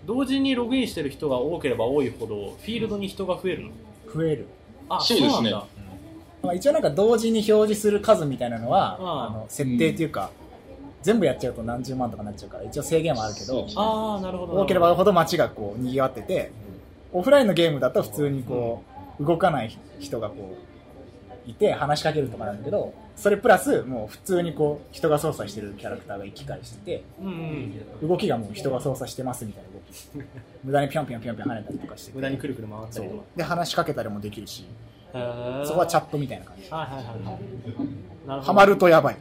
Speaker 2: 同時にログインしてる人が多ければ多いほど、フィールドに人が増えるの。
Speaker 1: 増える。
Speaker 2: あ、
Speaker 4: そうですね
Speaker 2: なんだ。
Speaker 1: まあ、一応なんか同時に表示する数みたいなのは、
Speaker 2: うん
Speaker 1: あの設定っていうか、全部やっちゃうと何十万とかなっちゃうから一応制限はあるけど
Speaker 2: ああ、なるほど。
Speaker 1: 多ければ多いほど街がこう賑わっててオフラインのゲームだと普通にこう動かない人がこういて話しかけるとかなんだけどそれプラスもう普通にこう人が操作してるキャラクターが行き来してて
Speaker 2: うんうん。
Speaker 1: 動きがもう人が操作してますみたいな動き
Speaker 2: (laughs)
Speaker 1: 無駄にピョンピョンピョンピョン跳ねたりとかして
Speaker 2: 無駄にくるくる回った
Speaker 1: そ
Speaker 2: り
Speaker 1: う
Speaker 2: とか。
Speaker 1: で話しかけたりもできるし
Speaker 2: へー
Speaker 1: そこはチャットみたいな感じ
Speaker 2: はいはいはいはい。なるほど
Speaker 1: ハマるとやばい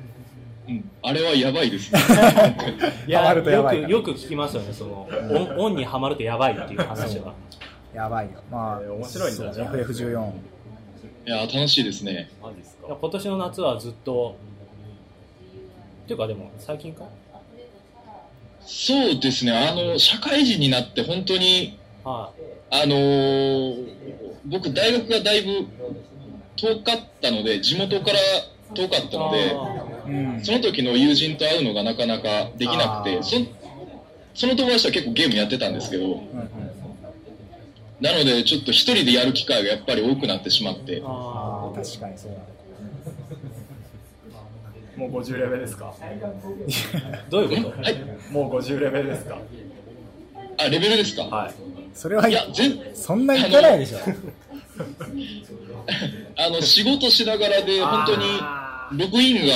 Speaker 4: うんあれはやば
Speaker 1: (laughs)
Speaker 4: いですね。
Speaker 2: (laughs) い
Speaker 1: ハマ
Speaker 2: や
Speaker 1: るとや
Speaker 2: よ
Speaker 1: ば
Speaker 2: く
Speaker 1: いから
Speaker 2: よく聞きますよね、そのオンオンにはまるとやばいっていう話は。
Speaker 1: やばいよ。まあ、
Speaker 3: えー面白いんだね
Speaker 1: そう FF14。
Speaker 4: いや、楽しいですね。
Speaker 3: マジですか
Speaker 2: いや今年の夏はずっと、っていうかでも最近か
Speaker 4: そうですね、あの、社会人になって本当に、
Speaker 2: はい。
Speaker 4: あのー僕、大学がだいぶ遠かったので、地元から遠かったので、
Speaker 2: あ
Speaker 1: うん
Speaker 4: その時の友人と会うのがなかなかできなく
Speaker 1: あー
Speaker 4: て、そその友達とは結構ゲームやってたんですけど、
Speaker 1: うんうん
Speaker 4: なので、ちょっと一人でやる機会がやっぱり多くなってしまって、
Speaker 2: ー
Speaker 1: あ
Speaker 2: あ
Speaker 1: あ、確かにそうだね
Speaker 3: もう50レベルですか
Speaker 2: ー。どういうこと
Speaker 4: はい、
Speaker 3: もう50レベルですか
Speaker 4: あ、レベルですか、
Speaker 3: はい。
Speaker 1: それはい
Speaker 4: や、全、
Speaker 1: そんな行かないでしょ。
Speaker 4: あの、仕事しながらで、本当に、ログインが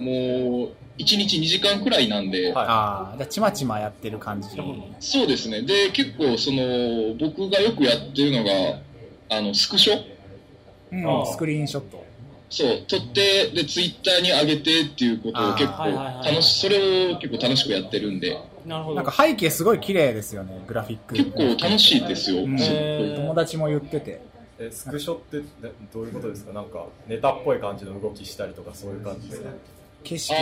Speaker 4: もう、1日2時間くらいなん
Speaker 3: はい
Speaker 4: で、
Speaker 1: ああ、じゃあちまちまやってる感じ。
Speaker 4: そうですね。で、結構、その、僕がよくやってるのが、あの、スクショ
Speaker 1: うん
Speaker 2: あー
Speaker 1: スクリーンショット。
Speaker 4: そう、撮って、で、ツイッターに上げてっていうことを結
Speaker 1: あ
Speaker 2: ーはいはい
Speaker 4: 構
Speaker 2: はい
Speaker 4: 楽し、それを結構楽しくやってるんで、
Speaker 2: なるほど。
Speaker 1: なんか背景すごい綺麗ですよね、グラフィック。
Speaker 4: 結構楽しいですよ、
Speaker 1: うん
Speaker 4: すっご
Speaker 2: へ
Speaker 4: い。
Speaker 1: 友達も言ってて。
Speaker 3: え、スクショってなどういうことですかなんか、ネタっぽい感じの動きしたりとか、そういう感じですか
Speaker 1: 景色
Speaker 4: あ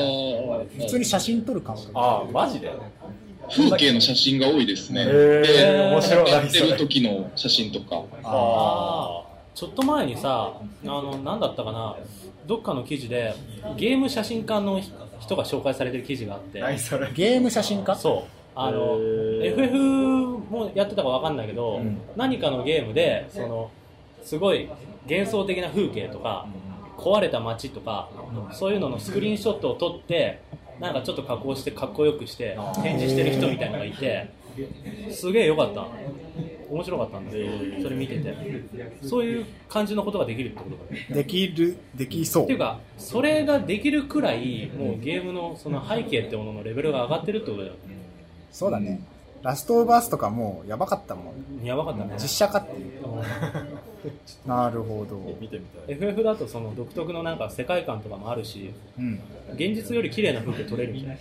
Speaker 1: を。
Speaker 4: ー
Speaker 1: 普通に写真撮る感覚。
Speaker 3: ああ、マジで
Speaker 4: 風景の写真が多いですね。
Speaker 3: へー
Speaker 4: で
Speaker 3: 面白い
Speaker 4: やってる時の写真とか。
Speaker 1: あ
Speaker 2: あーちょっと前にさ、あの、なんだったかな、どっかの記事で、ゲーム写真家の人が紹介されてる記事があって、
Speaker 3: 何それ
Speaker 1: ーゲーム写真家
Speaker 2: そう。あの、
Speaker 3: へー
Speaker 2: FF もやってたかわかんないけど、
Speaker 1: うん
Speaker 2: 何かのゲームで、その、すごい幻想的な風景とか、壊れた街とか、そういうののスクリーンショットを撮って、なんかちょっと加工してかっこよくして展示してる人みたいなのがいて、すげえ良かった。面白かったんだけど、それ見てて。そういう感じのことができるってことだね。
Speaker 1: できる、できそ
Speaker 2: っていう
Speaker 1: う。
Speaker 2: か、それができるくらい、もうゲームのその背景ってもののレベルが上がってるってことだよ。
Speaker 1: そうだね。ラストオブアースとかもうやばかったもん。
Speaker 2: やばかったね。
Speaker 1: 実写化っていう。なるほど。
Speaker 3: 見てみたい。
Speaker 2: FF だとその独特のなんか世界観とかもあるし、
Speaker 1: うん。
Speaker 2: 現実より綺麗な風景撮れるんじゃない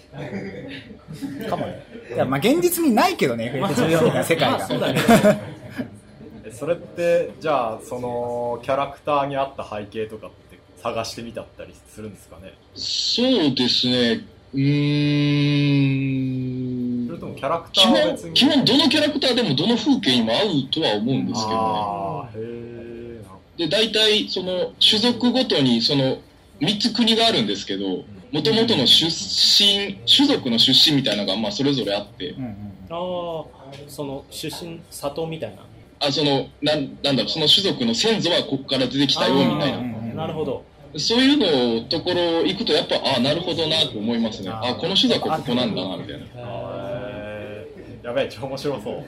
Speaker 1: かもね。いや、まあ現実にないけどね、FF14 の世界
Speaker 2: (laughs) (laughs) まあ
Speaker 1: が。
Speaker 2: そうだけど。
Speaker 3: えそれって、じゃあ、その、キャラクターに合った背景とかって探してみたったりするんですかね
Speaker 4: そうですね。うー
Speaker 3: それ
Speaker 4: ん。
Speaker 3: ともキャラクタ
Speaker 4: 基
Speaker 3: ーは別
Speaker 4: 本、
Speaker 3: に。
Speaker 4: 基本どのキャラクターでもどの風景にも合うとは思うんですけどね。
Speaker 3: ああ、へえ。なるほ
Speaker 4: で、大体、その、種族ごとに、その、三つ国があるんですけど、もともとの出身、種族の出身みたいなのが、まあ、それぞれあって
Speaker 1: う、んうん (laughs)
Speaker 2: ああ、その出身、里みたいな。
Speaker 4: あ、その、なん、なんだろう、その種族の先祖はここから出てきたよ、みたい
Speaker 2: あ
Speaker 4: な。
Speaker 2: ーなるほど。
Speaker 4: そういうのところ行くと、やっぱ、ああ、なるほどな、と思いますね。あこの種族はここなんだな、みたいな。
Speaker 3: どへーやべえ、超面白
Speaker 4: (laughs)
Speaker 3: そう。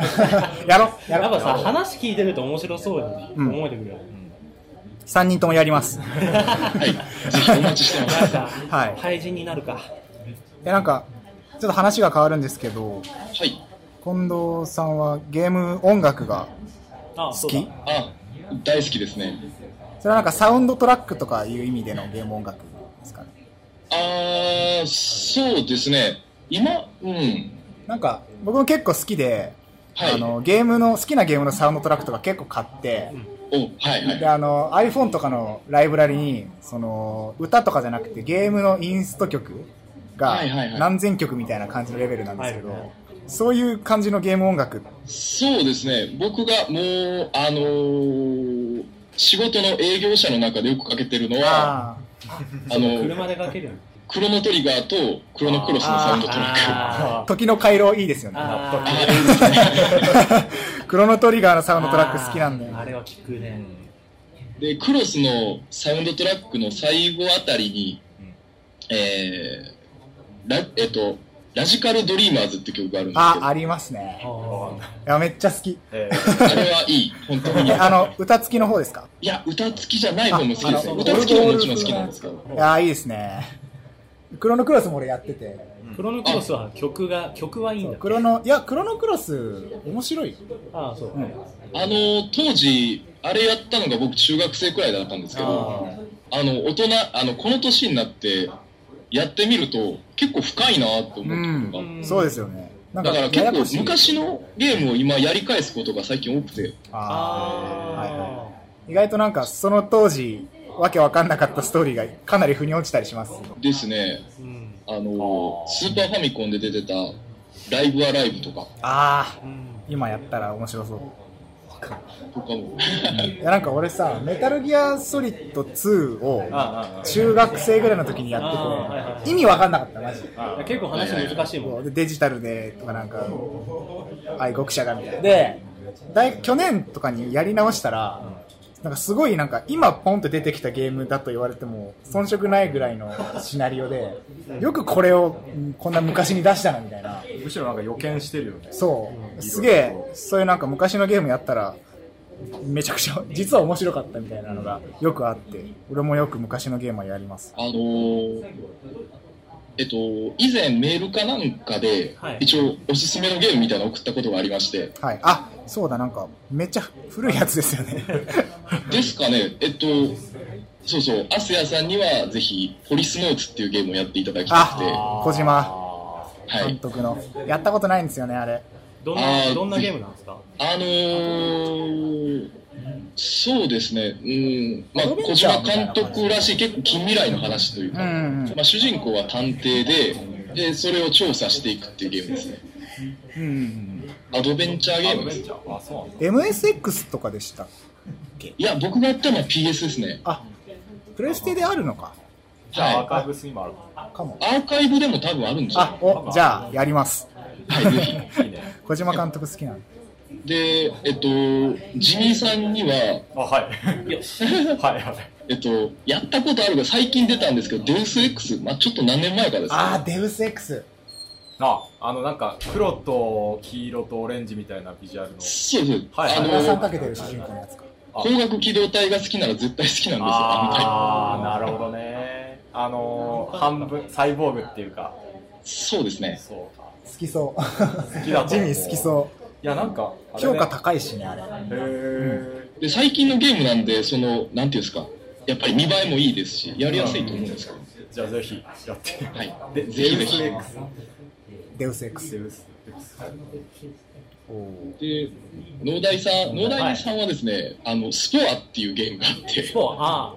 Speaker 1: やろや
Speaker 2: やっ
Speaker 1: ろ
Speaker 2: ぱさ、話聞いてると面白そうに思えてくるよ。
Speaker 1: 3人ともやります。
Speaker 4: はい。ぜひお待ちしてま
Speaker 1: (laughs)
Speaker 2: なん
Speaker 4: す。
Speaker 2: か、
Speaker 1: はい
Speaker 2: 廃人になるか。
Speaker 1: いや、なんか、ちょっと話が変わるんですけど、
Speaker 4: はい。
Speaker 1: 近藤さんはゲーム音楽が
Speaker 2: あ
Speaker 1: 好
Speaker 2: そう
Speaker 1: き
Speaker 2: だ
Speaker 4: あ、大好きですね。
Speaker 1: それはなんかサウンドトラックとかいう意味でのゲーム音楽ですかね。
Speaker 4: あー、そうですね。今、うん。
Speaker 1: なんか僕も結構好きで、
Speaker 4: はい
Speaker 1: あのゲームの好きなゲームのサウンドトラックとか結構買って、
Speaker 4: お、はいはい。
Speaker 1: であの iPhone とかのライブラリにその歌とかじゃなくてゲームのインスト曲が
Speaker 4: はいはいはい
Speaker 1: 何千曲みたいな感じのレベルなんですけど、
Speaker 2: はいはい
Speaker 1: そういう感じのゲーム音楽
Speaker 4: そうですね、僕がもう、あのー仕事の営業者の中でよくかけてるのは、あ
Speaker 1: あ
Speaker 4: の
Speaker 2: 車でかけるよね
Speaker 4: クロノトリガーとクロノクロスのサウンドトラック。あ
Speaker 2: あ
Speaker 1: 時の回廊いいですよね
Speaker 2: あ
Speaker 4: あー、いいですね。
Speaker 1: (laughs) クロノトリガーのサウンドトラック好きなんで
Speaker 2: あーあれは聞くね
Speaker 4: で、クロスのサウンドトラックの最後あたりに、えー、ラ、えっと、ラジカルドリーマーズって曲があるんで
Speaker 1: ああ
Speaker 4: す
Speaker 1: りますね
Speaker 2: あー
Speaker 1: いやめっちゃ好き
Speaker 3: え
Speaker 4: けど、あれはいい、本当
Speaker 1: (laughs)
Speaker 4: に。
Speaker 1: えあの歌付きの方ですか
Speaker 4: いや、歌付きじゃない方も好きですよ。
Speaker 1: ああの
Speaker 4: 歌付きはもちろん好きなんですけど。
Speaker 1: いやーいいですねクロノクロスも俺やってて
Speaker 2: クロノクロスは曲が曲はいいんだ
Speaker 1: クロノいやクロノクロス面白いよ
Speaker 2: ああそう、
Speaker 1: うん
Speaker 4: あの当時あれやったのが僕中学生くらいだったんですけどあの大人あのこの年になってやってみると結構深いなと思ったことが、
Speaker 2: うん
Speaker 1: そうですよねなん
Speaker 4: だ
Speaker 1: か
Speaker 4: から
Speaker 1: ややこ
Speaker 4: 結
Speaker 1: しい
Speaker 4: 構昔のゲームを今やり返すことが最近多くて
Speaker 1: あ
Speaker 2: あ
Speaker 1: はい
Speaker 2: あ、
Speaker 1: ー意外となんかその当時わけわかんなかったストーリーがかなり腑に落ちたりします
Speaker 4: ですね
Speaker 2: うん
Speaker 4: あのスーパーファミコンで出てた「ライブ・アライブ」とか
Speaker 1: ああ
Speaker 2: うん
Speaker 1: 今やったら面白そう
Speaker 4: とかも
Speaker 1: いやなんか俺さメタルギアソリッド2を
Speaker 3: あ
Speaker 1: 中学生ぐらいの時にや
Speaker 2: あーはいはい
Speaker 1: っ
Speaker 2: は
Speaker 1: て
Speaker 2: い
Speaker 1: て意味わかんなかったマジで
Speaker 2: いや結構話難しいもん
Speaker 1: でデジタルでとかなんか愛国者がみたいなで大去年とかにやり直したらなんかすごいなんか今ポンと出てきたゲームだと言われても遜色ないぐらいのシナリオでよくこれをうんこんな昔に出したなみたいな
Speaker 3: むしろなんか予見してるよね。
Speaker 1: そうすげえそういうなんか昔のゲームやったらめちゃくちゃ (laughs) 実は面白かったみたいなのがよくあって俺もよく昔のゲームはやります
Speaker 4: あのえっと、以前メールかなんかで、
Speaker 2: はい
Speaker 4: 一応おすすめのゲームみたいなの送ったことがあり
Speaker 1: (laughs)
Speaker 4: まして
Speaker 1: はいあそうだなんかめっちゃ古いやつですよね
Speaker 4: ですかね、えっと、そうそう、アスヤさんにはぜひ、ホリスノーツっていうゲームをやっていただきたくて、は
Speaker 1: あ小島監
Speaker 4: い。
Speaker 1: 督のやったことないんですよねあれ
Speaker 2: どん
Speaker 4: あ
Speaker 2: な
Speaker 4: ー
Speaker 2: どんなゲームなんですか
Speaker 4: あのー、そうですね、うん、まあ、
Speaker 1: アドベ
Speaker 4: 小
Speaker 1: ンチャ
Speaker 4: 島
Speaker 1: ーみたい
Speaker 4: 監
Speaker 1: な感じ
Speaker 4: 督らしい、結構近未来の話というか、
Speaker 1: うんうん
Speaker 4: まあ、主人公は探偵で、で、それを調査していくっていうゲームですね。
Speaker 1: うんうん
Speaker 4: アドベンチャーゲ
Speaker 3: ア
Speaker 4: ー
Speaker 3: ド
Speaker 4: ムで
Speaker 3: ベン
Speaker 4: す。
Speaker 3: チャーあ、そうなんだ。
Speaker 1: うん MSX とかでした
Speaker 4: いや、僕がやったのは PS ですね。
Speaker 1: あプレステであるのか
Speaker 3: じゃあアー
Speaker 4: は
Speaker 3: カイブスにもある。
Speaker 1: かも
Speaker 4: い。アーカイブでも多分あるんじゃ
Speaker 1: あ
Speaker 4: ない
Speaker 1: おじゃあやります
Speaker 4: はい、ぜひ。
Speaker 3: いいね。
Speaker 1: 小島監督好きなんで
Speaker 4: で、えっと、ジミーさんには、
Speaker 3: あ、は
Speaker 2: (laughs)
Speaker 3: い。よし。 (laughs) はいはい。
Speaker 4: えっと、やったことあるが最近出たんですけど、デウス X、まあ、ちょっと何年前かですね。
Speaker 1: ああデウス X
Speaker 3: あ、あのなんか黒と黄色とオレンジみたいなビジュアルの。
Speaker 4: そうそう。
Speaker 3: はい
Speaker 4: あ
Speaker 1: 村さん
Speaker 4: の、
Speaker 1: かけてる主人公のやつか
Speaker 4: 光学機動隊が好きなら絶対好きなんですよ、あ
Speaker 3: あー、なるほどね。あのー、半分、サイボーグっていうか。
Speaker 4: のそうですね。
Speaker 3: そうか。
Speaker 1: 好きそう
Speaker 3: 好きだと
Speaker 1: ジ
Speaker 3: 思う
Speaker 1: ミー好きそ
Speaker 3: いや、なんか、あ
Speaker 1: う
Speaker 3: れね
Speaker 1: 評価高いしねあれ
Speaker 3: へー。
Speaker 4: で、最近のゲームなんで、その、なんていうんですか、やっぱり見栄えもいいですし、やりやすいと思うんですけど。
Speaker 3: じゃあぜひやって。
Speaker 4: はい。
Speaker 3: で、
Speaker 4: ぜ
Speaker 3: ゼ
Speaker 4: ひぜ
Speaker 3: ウス
Speaker 4: ひ。
Speaker 3: (laughs) X。
Speaker 1: デウス X
Speaker 3: ゼウス X。
Speaker 4: で、農大さん、農大さんはですね、あの、スポアっていうゲームがあって、
Speaker 2: スポアああ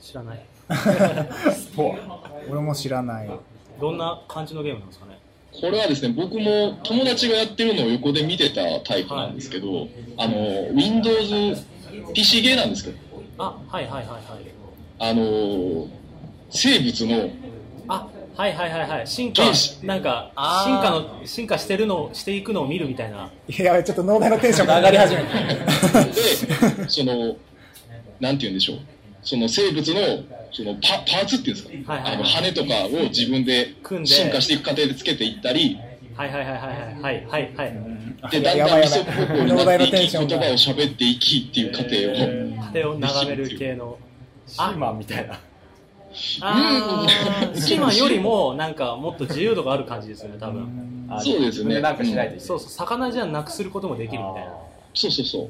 Speaker 2: 知らない
Speaker 3: そう。
Speaker 1: 俺も知らない
Speaker 2: どんな感じのゲームなんですかね
Speaker 4: これはですね、僕も友達がやってるのを横で見てたタイプなんですけど、あの、Windows PC ゲーなんですけど、
Speaker 2: あはいはいはいはい
Speaker 4: あの、生物の、
Speaker 2: あはいはいはいはい進化
Speaker 4: 原始
Speaker 2: なんか進化の進化してるのをしていくのを見るみたいない
Speaker 1: やちょっと脳内のテンションが上がり始め (laughs) た
Speaker 4: で、その、なんて言うんでしょう、その生物の、そのパパーツっていうんですか、
Speaker 2: はいはいはい
Speaker 4: あの羽とかを自分で
Speaker 2: 組んで
Speaker 4: 進化していく過程でつけていったり、
Speaker 2: はいはいはいはいはいはいはい
Speaker 4: で、だん
Speaker 1: や
Speaker 4: だ
Speaker 1: ば
Speaker 4: ん
Speaker 1: い
Speaker 4: 二
Speaker 1: や
Speaker 4: 足
Speaker 1: ば
Speaker 4: 歩行
Speaker 1: い
Speaker 4: に
Speaker 1: 脳
Speaker 4: な
Speaker 1: 大
Speaker 4: って
Speaker 1: のテン
Speaker 4: いき、
Speaker 1: ショ
Speaker 4: 言
Speaker 1: ンが
Speaker 4: 葉を喋っていきっていう過程を、
Speaker 2: はいを眺める系の
Speaker 4: あ
Speaker 2: あ
Speaker 3: シーマンみたいな。
Speaker 2: あー
Speaker 4: うん
Speaker 2: シーマンよりも、なんか、もっと自由度がある感じですよね、多分。
Speaker 3: あ
Speaker 4: そうです
Speaker 3: 自
Speaker 4: ね
Speaker 3: 分なんかしないといけない。
Speaker 2: そうそう、魚じゃなくすることもできるみたいな。
Speaker 4: そうそうそ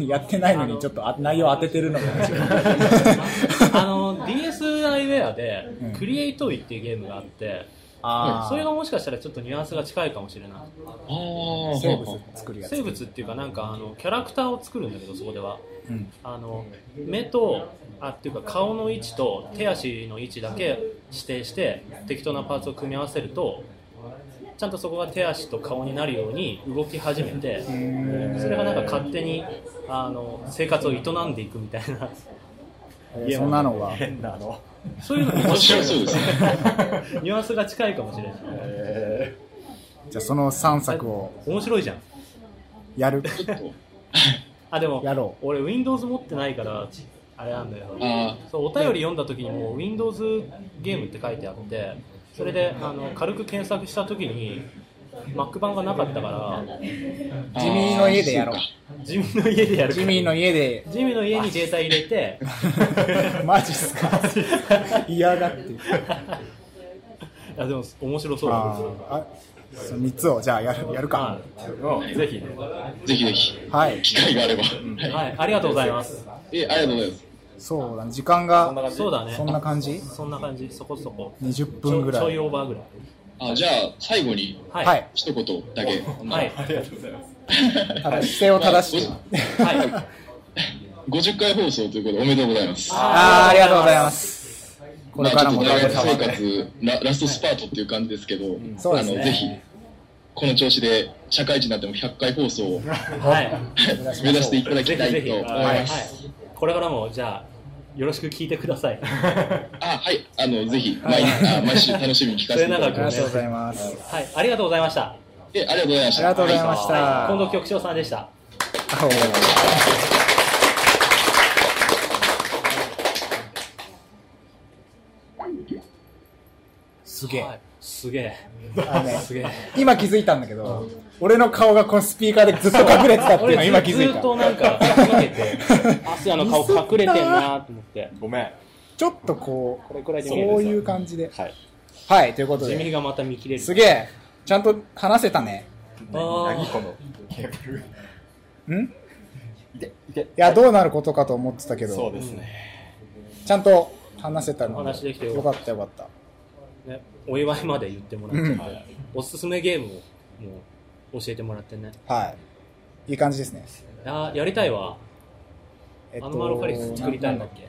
Speaker 4: う。
Speaker 1: やってないのにちょっとあ内容当ててるのかもしれない。
Speaker 2: (laughs) あの DS アイウェアで
Speaker 1: うん
Speaker 2: 「クリエイトイ」っていうゲームがあって、
Speaker 1: (laughs) あー
Speaker 2: それがもしかしたらちょっとニュアンスが近いかもしれない
Speaker 4: ああ、
Speaker 1: 生物作るやつ。
Speaker 2: 生物っていうかなんかあのキャラクターを作るんだけどそこでは
Speaker 1: うん。
Speaker 2: あの目とあっていうか顔の位置と手足の位置だけ指定して適当なパーツを組み合わせるとちゃんとそこが手足と顔になるように動き始めてそれがなんか勝手にあの生活を営んでいくみたいな
Speaker 1: えーそんなのが。
Speaker 3: 変なの。
Speaker 2: そういうのに
Speaker 4: 面
Speaker 2: (laughs)
Speaker 4: 白そうですね。
Speaker 2: ニュアンスが近いかもしれない。
Speaker 3: え
Speaker 1: じゃあその3作を
Speaker 2: 面白いじゃん。
Speaker 1: やる。
Speaker 4: ちょっと、
Speaker 2: あ、でも、
Speaker 1: やろ
Speaker 2: 俺 Windows 持ってないから、あれなんだよ。
Speaker 4: あ
Speaker 2: そう、お便り読んだ時にもう Windows ゲームって書いてあって、それで、あの、軽く検索した時に、Mac 版がなかったから、
Speaker 4: あ
Speaker 1: 地味の家でやろう
Speaker 4: そか
Speaker 2: ジミーの家でやる
Speaker 1: ジミーの
Speaker 2: 家。
Speaker 1: 家
Speaker 2: (laughs)
Speaker 1: で。
Speaker 2: ジミーの家にデータ入
Speaker 1: (laughs)
Speaker 2: れて、
Speaker 1: マジっすか。嫌がって。
Speaker 2: あでも面白そう
Speaker 1: あ
Speaker 2: だ
Speaker 1: ーあ、その3つをじゃあやるやるか
Speaker 2: は。
Speaker 3: ーうんぜひね。
Speaker 4: ぜひぜひ、
Speaker 1: はい。
Speaker 4: 機会があれば。
Speaker 2: い、はい、ありがとうございます。
Speaker 4: え、ありがとうございます。
Speaker 1: そうだね。時間が
Speaker 2: そうだね。
Speaker 1: そんな感じ
Speaker 2: そんな感じ、そこそこ。
Speaker 1: 20
Speaker 2: ち
Speaker 1: 分
Speaker 2: ょ
Speaker 1: ぐ
Speaker 2: ち
Speaker 1: ら
Speaker 2: ょい
Speaker 1: い。
Speaker 2: オーバーぐらい。
Speaker 4: あじゃあ、最後に、
Speaker 2: はい。
Speaker 1: はい。
Speaker 4: 一言だけ。
Speaker 2: はい
Speaker 3: ありがとうございます。
Speaker 1: ただ姿勢を正して。
Speaker 2: はい
Speaker 4: 50回放送ということで、おめでとうございます。
Speaker 1: あーありがとうございます。これからも
Speaker 4: まあ、ちょっと
Speaker 3: お疲
Speaker 4: 大
Speaker 3: れ様
Speaker 4: 学生活ラ、ラストスパートっていう感じですけど、
Speaker 1: そうですね
Speaker 4: あのぜひ、この調子で社会人になっても100回放送を
Speaker 2: はい。
Speaker 4: 目指していただ
Speaker 2: ぜ
Speaker 4: き
Speaker 2: ひ
Speaker 4: た
Speaker 2: ぜ
Speaker 4: い
Speaker 2: ひ、
Speaker 4: と思い
Speaker 2: は
Speaker 4: ま
Speaker 2: い
Speaker 4: す。、
Speaker 2: これからもじゃあよろしく聞いてください。
Speaker 4: あ、はい、あのぜひ毎あ毎週楽しみに聞かせていただ
Speaker 1: あ
Speaker 4: き
Speaker 1: り
Speaker 4: ま
Speaker 1: が
Speaker 4: す
Speaker 1: とうございます。
Speaker 2: はい、ありがとうございました。
Speaker 4: えありがとうございま
Speaker 1: あ
Speaker 4: し
Speaker 1: り
Speaker 4: た。
Speaker 1: がとうございました。
Speaker 2: 近藤局長さんでした。
Speaker 1: あおーすげえ、
Speaker 2: はい、すげえ。
Speaker 1: あのね
Speaker 2: (laughs) すげえ。
Speaker 1: 今気づいたんだけど、俺の顔がこのスピーカーでずっと隠れてたっていうのは
Speaker 2: 俺
Speaker 1: 今気づ
Speaker 2: ず
Speaker 1: い
Speaker 2: ったとなんか見て
Speaker 1: (laughs)
Speaker 2: て、アスヤの顔隠れてんなーと思って、
Speaker 3: ごめん。
Speaker 1: ちょっとこう
Speaker 2: これくらいで
Speaker 1: そ
Speaker 2: 見
Speaker 1: う
Speaker 2: える
Speaker 1: いう感じで
Speaker 3: はい。
Speaker 1: はいということ
Speaker 2: 地味
Speaker 1: で
Speaker 2: がまた見切れる。
Speaker 1: すげえちゃんと話せたね
Speaker 2: ー
Speaker 3: 何このケーブル。
Speaker 1: んい
Speaker 3: いて、いて。
Speaker 1: やどうなることかと思ってたけ
Speaker 3: そう
Speaker 1: ど
Speaker 3: ですね。
Speaker 1: ちゃんと話せた
Speaker 2: お
Speaker 1: の
Speaker 2: 話できてよ
Speaker 1: よかったよかった
Speaker 2: ね、お祝いまで言ってもらっちゃって、
Speaker 3: うん
Speaker 2: おすすめゲームをもう教えてもらってね。
Speaker 1: はいいい感じですね
Speaker 2: あーやりたいわ。
Speaker 1: えっ
Speaker 2: アンマルカリス作りたいんだっけ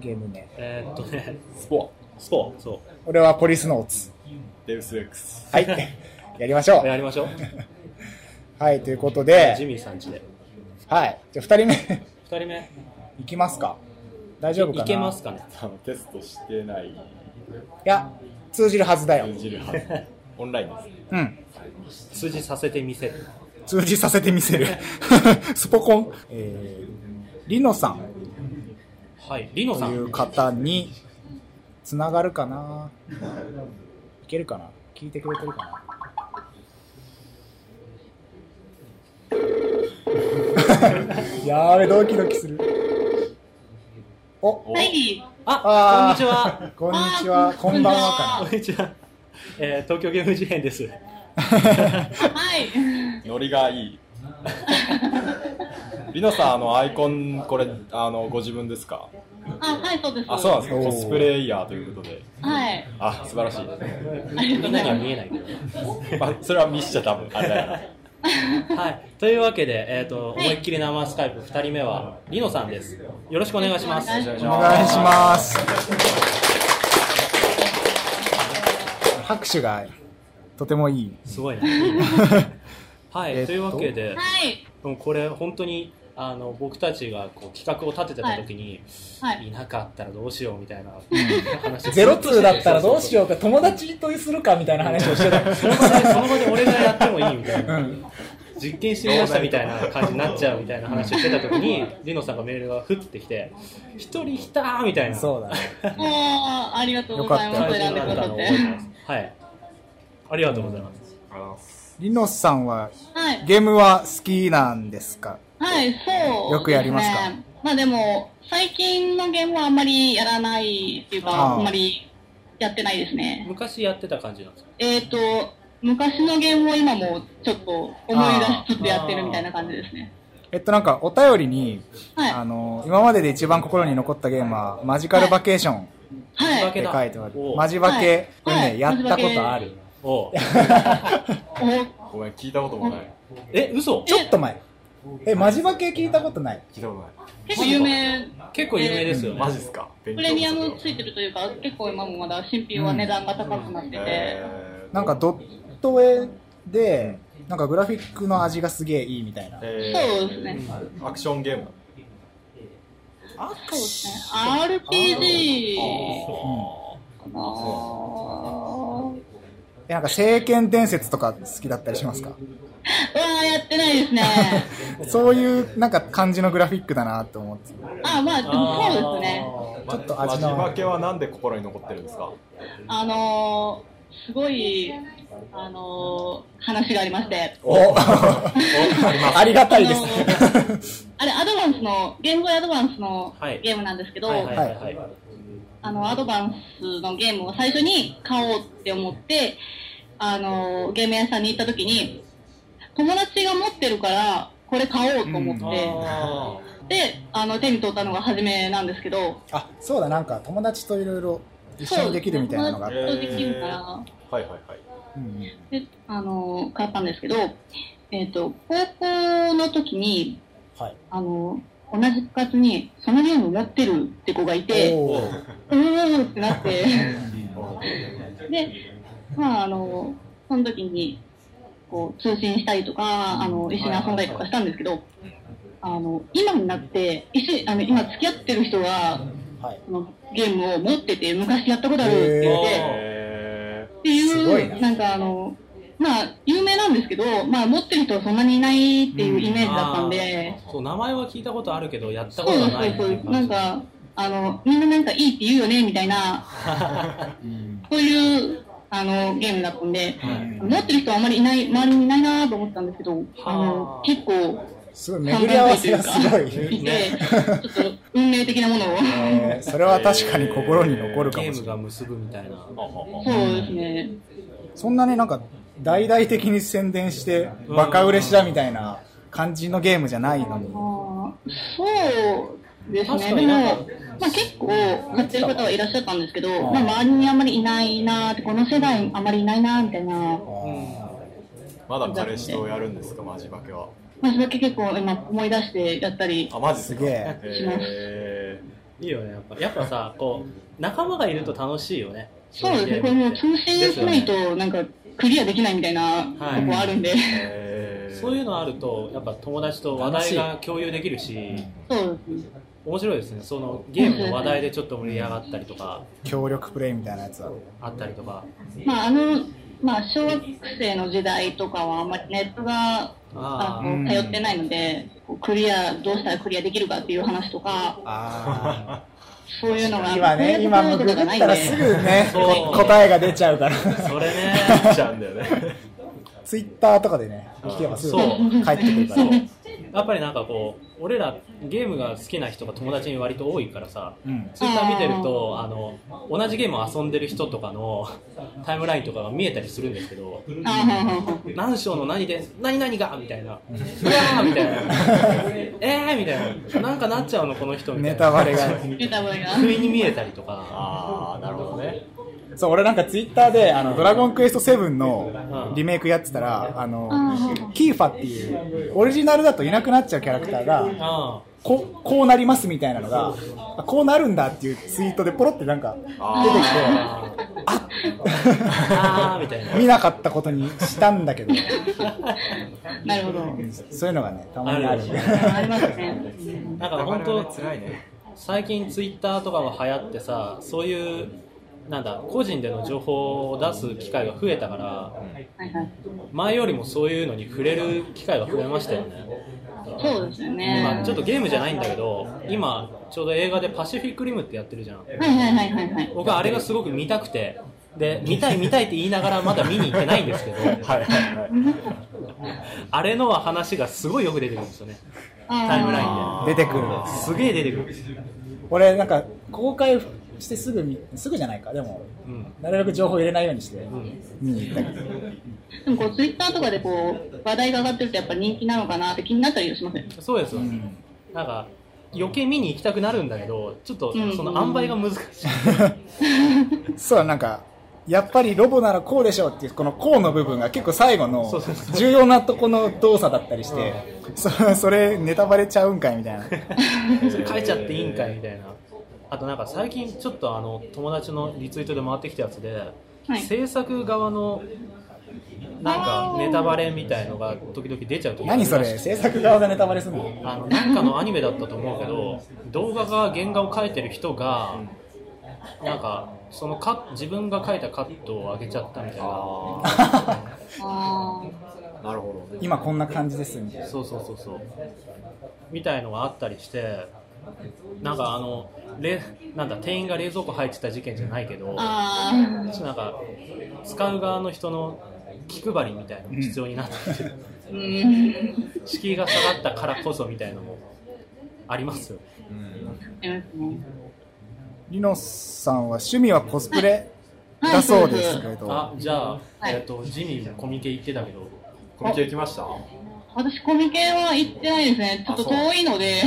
Speaker 1: ゲームね
Speaker 2: えーっとね、
Speaker 3: スポ
Speaker 2: スポー、そう。
Speaker 1: 俺はポリスノーツ
Speaker 3: ア、デウスレックス。
Speaker 1: はい
Speaker 2: (laughs)
Speaker 1: やりましょう
Speaker 2: やりましょう。
Speaker 1: はい、ということ
Speaker 2: ジ
Speaker 1: で、
Speaker 2: ミーさんちで。
Speaker 1: はい、じゃあ2人目、 (laughs)
Speaker 2: 二人目、
Speaker 1: いきますか。大丈夫かないい
Speaker 2: けますかね。
Speaker 3: あのテストしてない
Speaker 1: いや、通じるはずだよ。
Speaker 3: 演じるはず。オンラインです
Speaker 4: (laughs)
Speaker 1: う
Speaker 3: ね。
Speaker 1: ん、
Speaker 2: 通じさせてみせる。
Speaker 1: 通じさせてみ
Speaker 2: (laughs)
Speaker 1: せる。スポコン。えー、リノさん
Speaker 2: はい、リノ
Speaker 1: と
Speaker 2: さん。
Speaker 1: い
Speaker 2: は
Speaker 1: う方に、つながるかないけるかな (laughs) 聞いてくれてるかなやーべ、ドキドキする。お、
Speaker 5: はい。
Speaker 1: あ
Speaker 2: あ、
Speaker 1: ー
Speaker 2: こ
Speaker 1: こ
Speaker 2: んにちは。
Speaker 1: んにちは、こんばんはかな。
Speaker 2: こんにちは。えー、東京ゲーム事変です。
Speaker 5: はい。
Speaker 3: ノリがいい。リノさん、あの、アイコン、これ、あの、ご自分ですか
Speaker 5: あ、はい、そうです。
Speaker 3: あ、そうなんです
Speaker 1: お
Speaker 3: か
Speaker 1: ー
Speaker 3: コスプレイヤーということで。
Speaker 5: はい。
Speaker 3: あ、素晴らしい。
Speaker 5: ありがと
Speaker 2: み
Speaker 5: うんござ
Speaker 2: ないには
Speaker 5: ます。
Speaker 2: 見えないけど。
Speaker 3: まあ、それは見しちゃ多分あれだよな。
Speaker 2: はい、というわけで、えーと、思いっきり生スカイプ二人目は、リノさんです。よろしくお願いします。
Speaker 5: お願いします
Speaker 1: お願いします。拍手がとてもい
Speaker 2: (laughs)
Speaker 1: い。
Speaker 2: すごいね。はい、
Speaker 1: えーっと
Speaker 2: というわけで、
Speaker 5: はい。
Speaker 2: もうこれ本当にあの僕たちがこう企画を立ててた時に、、
Speaker 5: はいい。
Speaker 2: なかったらどうしようみたいな話を
Speaker 1: ゼロツーだったらどうしようか、友達とするかみたいな話をしてた。
Speaker 2: (laughs) その場でその場で俺がやってもいいみたいな、
Speaker 1: うん
Speaker 2: 実験してみましたみたいな感じになっちゃうみたいな話をしてた時にリノさんがメールが降ってきて「一人来た!」みたいな
Speaker 1: そうだね。
Speaker 5: おー、ありがとうございます。
Speaker 2: 感じ
Speaker 5: 選ん
Speaker 2: にな
Speaker 5: でく
Speaker 2: っ
Speaker 5: だ
Speaker 2: た
Speaker 5: さ
Speaker 2: の
Speaker 5: っ
Speaker 2: を
Speaker 5: て
Speaker 2: 覚えてますはいありがとうございます、
Speaker 1: リノスさんは
Speaker 5: はい。
Speaker 1: ゲームは好きなんですか
Speaker 5: はい、そうですね。
Speaker 1: よくやります
Speaker 5: まあでも、最近のゲームはあんまりやらないっていうか、
Speaker 1: あ
Speaker 5: あ
Speaker 1: ー
Speaker 5: んまりやってないですね。
Speaker 2: 昔やってた感じなんですか
Speaker 5: えっ、と、昔のゲームを今もちょっと思い出しつつやってるみたいな感じですね。
Speaker 1: えっとなんかお便りに、
Speaker 5: はい。
Speaker 1: あの、今までで一番心に残ったゲームは、マジカルバケーションっ
Speaker 5: は
Speaker 2: バ
Speaker 5: い。
Speaker 2: ケ
Speaker 1: て書いてある
Speaker 2: お。う
Speaker 1: マジバケ、これ
Speaker 5: はい
Speaker 1: ね、やったことあ
Speaker 5: マジ
Speaker 1: る。
Speaker 2: おう
Speaker 5: お
Speaker 3: ごめん、聞いたこともない。
Speaker 2: え、嘘
Speaker 1: ちょっと前。え、マジバケ聞いたことない。
Speaker 3: 聞いたことない。
Speaker 5: 結構有名、
Speaker 2: 結構有名ですよね。
Speaker 3: (laughs) マジっすかプ
Speaker 5: プレミアムついてるというか、結構今もまだ新品は値段が高くなってて、
Speaker 3: えー
Speaker 1: なんかドット絵で、なんかグラフィックの味がすげえいいみたいな。
Speaker 3: えー
Speaker 5: そうですね。
Speaker 3: アクションゲーム
Speaker 5: そうですね。RPG かな
Speaker 1: え、なんか聖剣伝説とか好きだったりしますか
Speaker 5: うわー、やってないですね。
Speaker 1: そういうなんか感じのグラフィックだなと思って。
Speaker 5: あ、まあ、でもそうですね。
Speaker 1: ちょっと
Speaker 3: マ
Speaker 1: 味
Speaker 3: ジ
Speaker 1: の
Speaker 3: 負けはなんで心に残ってるんですか
Speaker 5: あのー、すごい、あのー、話がありまして。
Speaker 1: おありがたいで
Speaker 5: あ
Speaker 1: す
Speaker 5: の
Speaker 1: ね。
Speaker 5: ーあれ、アドバンスの、ゲームボーイアドバンスの
Speaker 2: はい
Speaker 5: ゲームなんですけど、
Speaker 2: はいはいはいはい。
Speaker 5: あの、アドバンスのゲームを最初に買おうって思って、あの、ゲーム屋さんに行った時に、友達が持ってるから、これ買おうと思って、
Speaker 2: あ
Speaker 5: で、あの、手に取ったのが初めなんですけど、
Speaker 1: あ、そうだ、なんか友達といろいろ一緒にできるみたいなのがあっ
Speaker 5: そ
Speaker 1: て
Speaker 5: うですね友達とできるから、
Speaker 3: はいはいはい。
Speaker 1: うん
Speaker 5: で、あの、買ったんですけど、えっ、と、高校の時に、
Speaker 1: はい
Speaker 5: あの、同じ部活に、そのゲーム持ってるって子がいて、
Speaker 1: おお。
Speaker 5: うーんって
Speaker 1: (laughs)
Speaker 5: なって、で、まあ、あの、その時に、こう、通信したりとか、あの、一緒に遊んだりとかしたんですけど、あの、今になって、一緒あの、今付き合ってる人が、
Speaker 1: はい。
Speaker 5: そのゲームを持ってて、昔やったことあるって言って、
Speaker 3: え
Speaker 5: っていう、
Speaker 1: すごいな
Speaker 5: なんかあの、まあ、有名なんですけど、まあ、持ってる人はそんなにいないっていうイメージだったんで、
Speaker 2: ーそう、名前は聞いたことあるけど、やった
Speaker 5: そう
Speaker 2: こと
Speaker 5: そう
Speaker 2: はないって
Speaker 5: そ
Speaker 2: いうう
Speaker 5: そう、な
Speaker 2: 感じ。
Speaker 5: んか、あの、みんななんかいいって言うよね、みたいな、そういう、あの、ゲームだったんで、持ってる人はあまりいない、周りにいないなと思ったんですけど、あの
Speaker 2: は、あ
Speaker 5: 結構、
Speaker 1: すごい、巡り合わせがすごい。
Speaker 5: いて、ちょっと運命的なものを。
Speaker 1: (laughs) えーそれは確かに心に残るか
Speaker 2: ゲ
Speaker 1: も
Speaker 2: ー
Speaker 1: し
Speaker 2: ム
Speaker 1: れな
Speaker 2: が
Speaker 1: い。
Speaker 2: 結ぶみたいな。
Speaker 5: そうですね。
Speaker 1: そんなね、なんか、大々的に宣伝して、バカ売れしだみたいな感じのゲームじゃないのに。
Speaker 5: あーそうです
Speaker 2: 確
Speaker 5: ね。
Speaker 2: か
Speaker 5: で
Speaker 2: に
Speaker 5: も
Speaker 2: なんか、
Speaker 5: まあ結構買ってる方はいらっしゃったんですけど、まあ周りにあんまりいないなーって、この世代あまりいないなーみたいな。
Speaker 3: ー、まだ彼氏とやるんですかマジ負けは。
Speaker 5: まあそれだけ結構今思い出してやったり。
Speaker 3: あ、マジっすか
Speaker 1: すげえ
Speaker 3: え
Speaker 2: いいよね、やっぱ。やっぱさ、こう、仲間がいると楽しいよね。
Speaker 5: そうですね。こ
Speaker 2: ゲ
Speaker 5: れ
Speaker 2: ーム
Speaker 5: も
Speaker 2: っ
Speaker 5: う
Speaker 2: て
Speaker 5: 通信しないとなんかクリアできないみたいなとこ
Speaker 2: はい
Speaker 5: あるんで。
Speaker 3: ーえー
Speaker 2: そういうのあると、やっぱ友達と話題が共有できるし、
Speaker 5: そうですね。
Speaker 2: 面白いですね。そのゲームの話題でちょっと盛り上がったりとか、
Speaker 1: 協力プレイみたいなやつは。
Speaker 2: あったりとか。
Speaker 5: まああの、まあ小学生の時代とかはあんまりネットが、
Speaker 2: あ
Speaker 5: あ
Speaker 2: ー
Speaker 5: の、頼ってないので、こうクリア、どうしたらクリアできるかっていう話とか、
Speaker 1: あ
Speaker 5: そういうの
Speaker 1: あ。(laughs)
Speaker 5: が、
Speaker 1: 今
Speaker 5: (laughs)
Speaker 1: ね、今もグ
Speaker 5: こうい
Speaker 1: グ
Speaker 5: う
Speaker 1: っ
Speaker 5: ことがない
Speaker 1: た
Speaker 5: んで
Speaker 1: らすぐ
Speaker 5: (laughs)
Speaker 1: ね、
Speaker 2: そう
Speaker 1: 答えが出ちゃうから。
Speaker 2: それね。
Speaker 3: 見ちゃうんだよね。
Speaker 1: (laughs)
Speaker 3: (laughs)
Speaker 1: ツイッターとかでね、聞けばすぐ
Speaker 2: そう
Speaker 1: 帰ってくるから。
Speaker 2: やっぱりなんかこう、俺らゲームが好きな人が友達に割と多いからさ、
Speaker 1: うん。
Speaker 2: ツイッター見てると、あの、同じゲームを遊んでる人とかのタイムラインとかが見えたりするんですけど、
Speaker 5: あはんはんはん
Speaker 2: 何章の何で、何々がみた
Speaker 1: (laughs)
Speaker 2: いな。うわーみたいな。えーみたいな。なんかなっちゃうの、この人みたいな。
Speaker 1: ネタバレが。
Speaker 5: ネタバレが。
Speaker 2: 不意に見えたりとか。
Speaker 3: あー、なるほどね。
Speaker 1: (laughs) そう、俺なんかツイッターで、あの、ドラゴンクエスト7
Speaker 2: う
Speaker 1: の
Speaker 2: ん
Speaker 1: リメイクやってたら、あの
Speaker 5: うん、
Speaker 1: キーファっていう、オリジナルだといなくなっちゃうキャラクターが、
Speaker 2: あ
Speaker 1: こう、こうなりますみたいなのが、あこうなるんだっていうツイートでポロってなんか、出てきて、
Speaker 2: ああーみたいな。
Speaker 1: 見なかったことにしたんだけど、
Speaker 5: なるほど。
Speaker 1: そういうのがね、たまにあるんで。
Speaker 5: ありますね。
Speaker 2: なんか本当、
Speaker 3: 辛
Speaker 1: (laughs)
Speaker 3: いね。
Speaker 2: 最近ツイッターとかも流行ってさ、そういう、なんだ、個人での情報を出す機会が増えたから、
Speaker 5: はいはい。
Speaker 2: 前よりもそういうのに触れる機会が増えましたよね。
Speaker 5: そうですよね。
Speaker 2: まあ、ちょっとゲームじゃないんだけど、今、ちょうど映画でパシフィックリムってやってるじゃん。
Speaker 5: はいはいはいはいはい。
Speaker 2: 僕はあれがすごく見たくて、で、見たい見たいって言いながらまだ見に行ってないん
Speaker 5: (laughs)
Speaker 2: ですけど、
Speaker 3: はいはいはい。
Speaker 2: あれのは話がすごいよく出てくるんですよね。タイムライン
Speaker 1: (laughs)
Speaker 2: で。
Speaker 1: 出てくる。
Speaker 2: すげえ出てくる。
Speaker 1: 俺、なんか、公開してすぐに、すぐじゃないか、でも、
Speaker 2: うん。
Speaker 1: なるべく情報入れないようにして、見に行ったけど。
Speaker 5: でもこうツイッターとかでこう話題が上がってるとやっぱ人気なのかなって気になったりはしません。
Speaker 2: そうですよ、
Speaker 1: うん
Speaker 2: なんか、余計見に行きたくなるんだけど、ちょっと
Speaker 5: うん
Speaker 2: その塩梅が難しい。
Speaker 1: そうだなんかやっぱりロボならこうでしょうっていうこのこうの部分が結構最後の
Speaker 2: そうそうそう
Speaker 1: 重要なとこの動作だったりしてそそれネタバレちゃうんかいみたい
Speaker 2: (laughs)
Speaker 1: な
Speaker 2: それ書いちゃっていいんかいみたいな。あとなんか最近ちょっとあの友達のリツイートで回ってきたやつで、
Speaker 5: はい
Speaker 2: 制作側のなんかネタバレみたいのが時々出ちゃうと
Speaker 1: 何それ制作側がネタバレするの (laughs)
Speaker 2: あのなんかのアニメだったと思うけど動画が原画を描いてる人がなんかそのカ自分が描いたカットを上げちゃったみたいな
Speaker 5: あ
Speaker 3: なるほどね
Speaker 1: 今こんな感じですみたいな
Speaker 2: そうそうそうそうみたいのがあったりしてなんかあのれなんだ店員が冷蔵庫入ってた事件じゃないけど
Speaker 5: あ。ああ。
Speaker 2: なんか使う側の人の気配りみたいなのも必要になってて、
Speaker 5: うん。
Speaker 2: 敷居が下がったからこそみたいなのもありますよ
Speaker 1: リノさんは趣味はコスプレだそうですけ
Speaker 2: あ
Speaker 1: ど
Speaker 2: じゃあ、
Speaker 5: はい
Speaker 2: えっとジミーコミケ行ってたけど
Speaker 3: コミケ行きましたあ
Speaker 5: 私コミケは行ってないですね。ちょっと遠いので。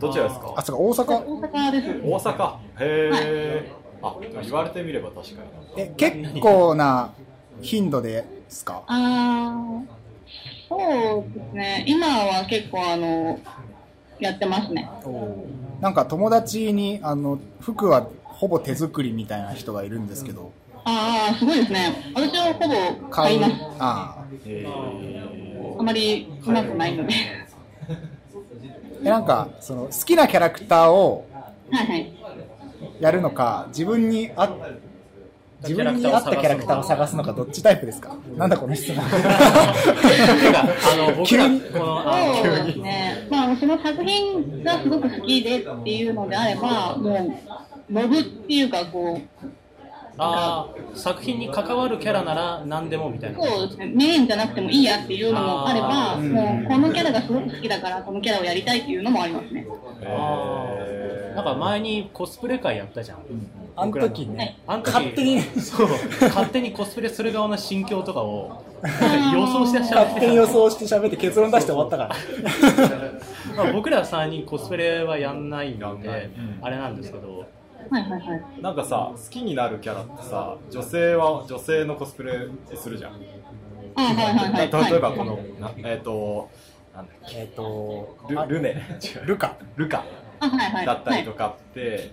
Speaker 3: どちらです
Speaker 1: あ
Speaker 3: か
Speaker 1: そうか大阪
Speaker 5: 大阪です。
Speaker 3: 大阪へえあでも言われてみれば確かに
Speaker 1: え結構な頻度ですか
Speaker 5: ああ。そうですね。今は結構あの、やってますね。
Speaker 1: なんか友達にあの服はほぼ手作りみたいな人がいるんですけど
Speaker 5: ああ、すごいですね。私はほぼ
Speaker 1: 買
Speaker 5: 買いうます。
Speaker 1: ああ
Speaker 5: あまりうまくないので。
Speaker 1: えなんかその好きなキャラクターを
Speaker 5: はいはい。
Speaker 1: やるのか自分にあ自分に合ったキャラクターを探すのかどっちタイプですかなんだこの質問
Speaker 2: てかあの僕
Speaker 1: 急
Speaker 2: ら
Speaker 1: に
Speaker 2: このあの
Speaker 5: そうですね。まあ、その作品がすごく好きでっていうのであれば、もう、モブっていうか、こう、
Speaker 2: あー作品に関わるキャラなら何でもみたいな
Speaker 5: そうですね、メインじゃなくてもいいやっていうのもあれば、
Speaker 2: あ
Speaker 1: ー
Speaker 5: もう、このキャラがすごく好きだから、このキャラをやりたいっていうのもありますね。
Speaker 2: あーなんか前にコスプレ会やったじゃん、
Speaker 1: あの
Speaker 2: 僕ら
Speaker 1: 時ね
Speaker 2: あの時
Speaker 1: 勝手に
Speaker 2: そう勝手にコスプレする側の心境とかを
Speaker 5: (laughs) ー
Speaker 2: 予想してしゃ
Speaker 1: 勝
Speaker 2: べ
Speaker 1: 手に
Speaker 2: っ
Speaker 1: 予想して喋って結論出して終わったから
Speaker 2: て、まあ、僕ら3人コスプレはやんないんであれなんですけど
Speaker 5: はいはいはい。
Speaker 3: なんかさ好きになるキャラってさ女性は女性のコスプレするじゃん
Speaker 5: あーはいはいはい。
Speaker 3: た例えば
Speaker 5: はい
Speaker 3: この、なえっ、となんだっけ
Speaker 1: えっとあ
Speaker 3: ルルネ違う
Speaker 1: ルカ
Speaker 3: ルカ
Speaker 5: あ、はいはい。
Speaker 3: だったりと
Speaker 5: か。
Speaker 3: かって、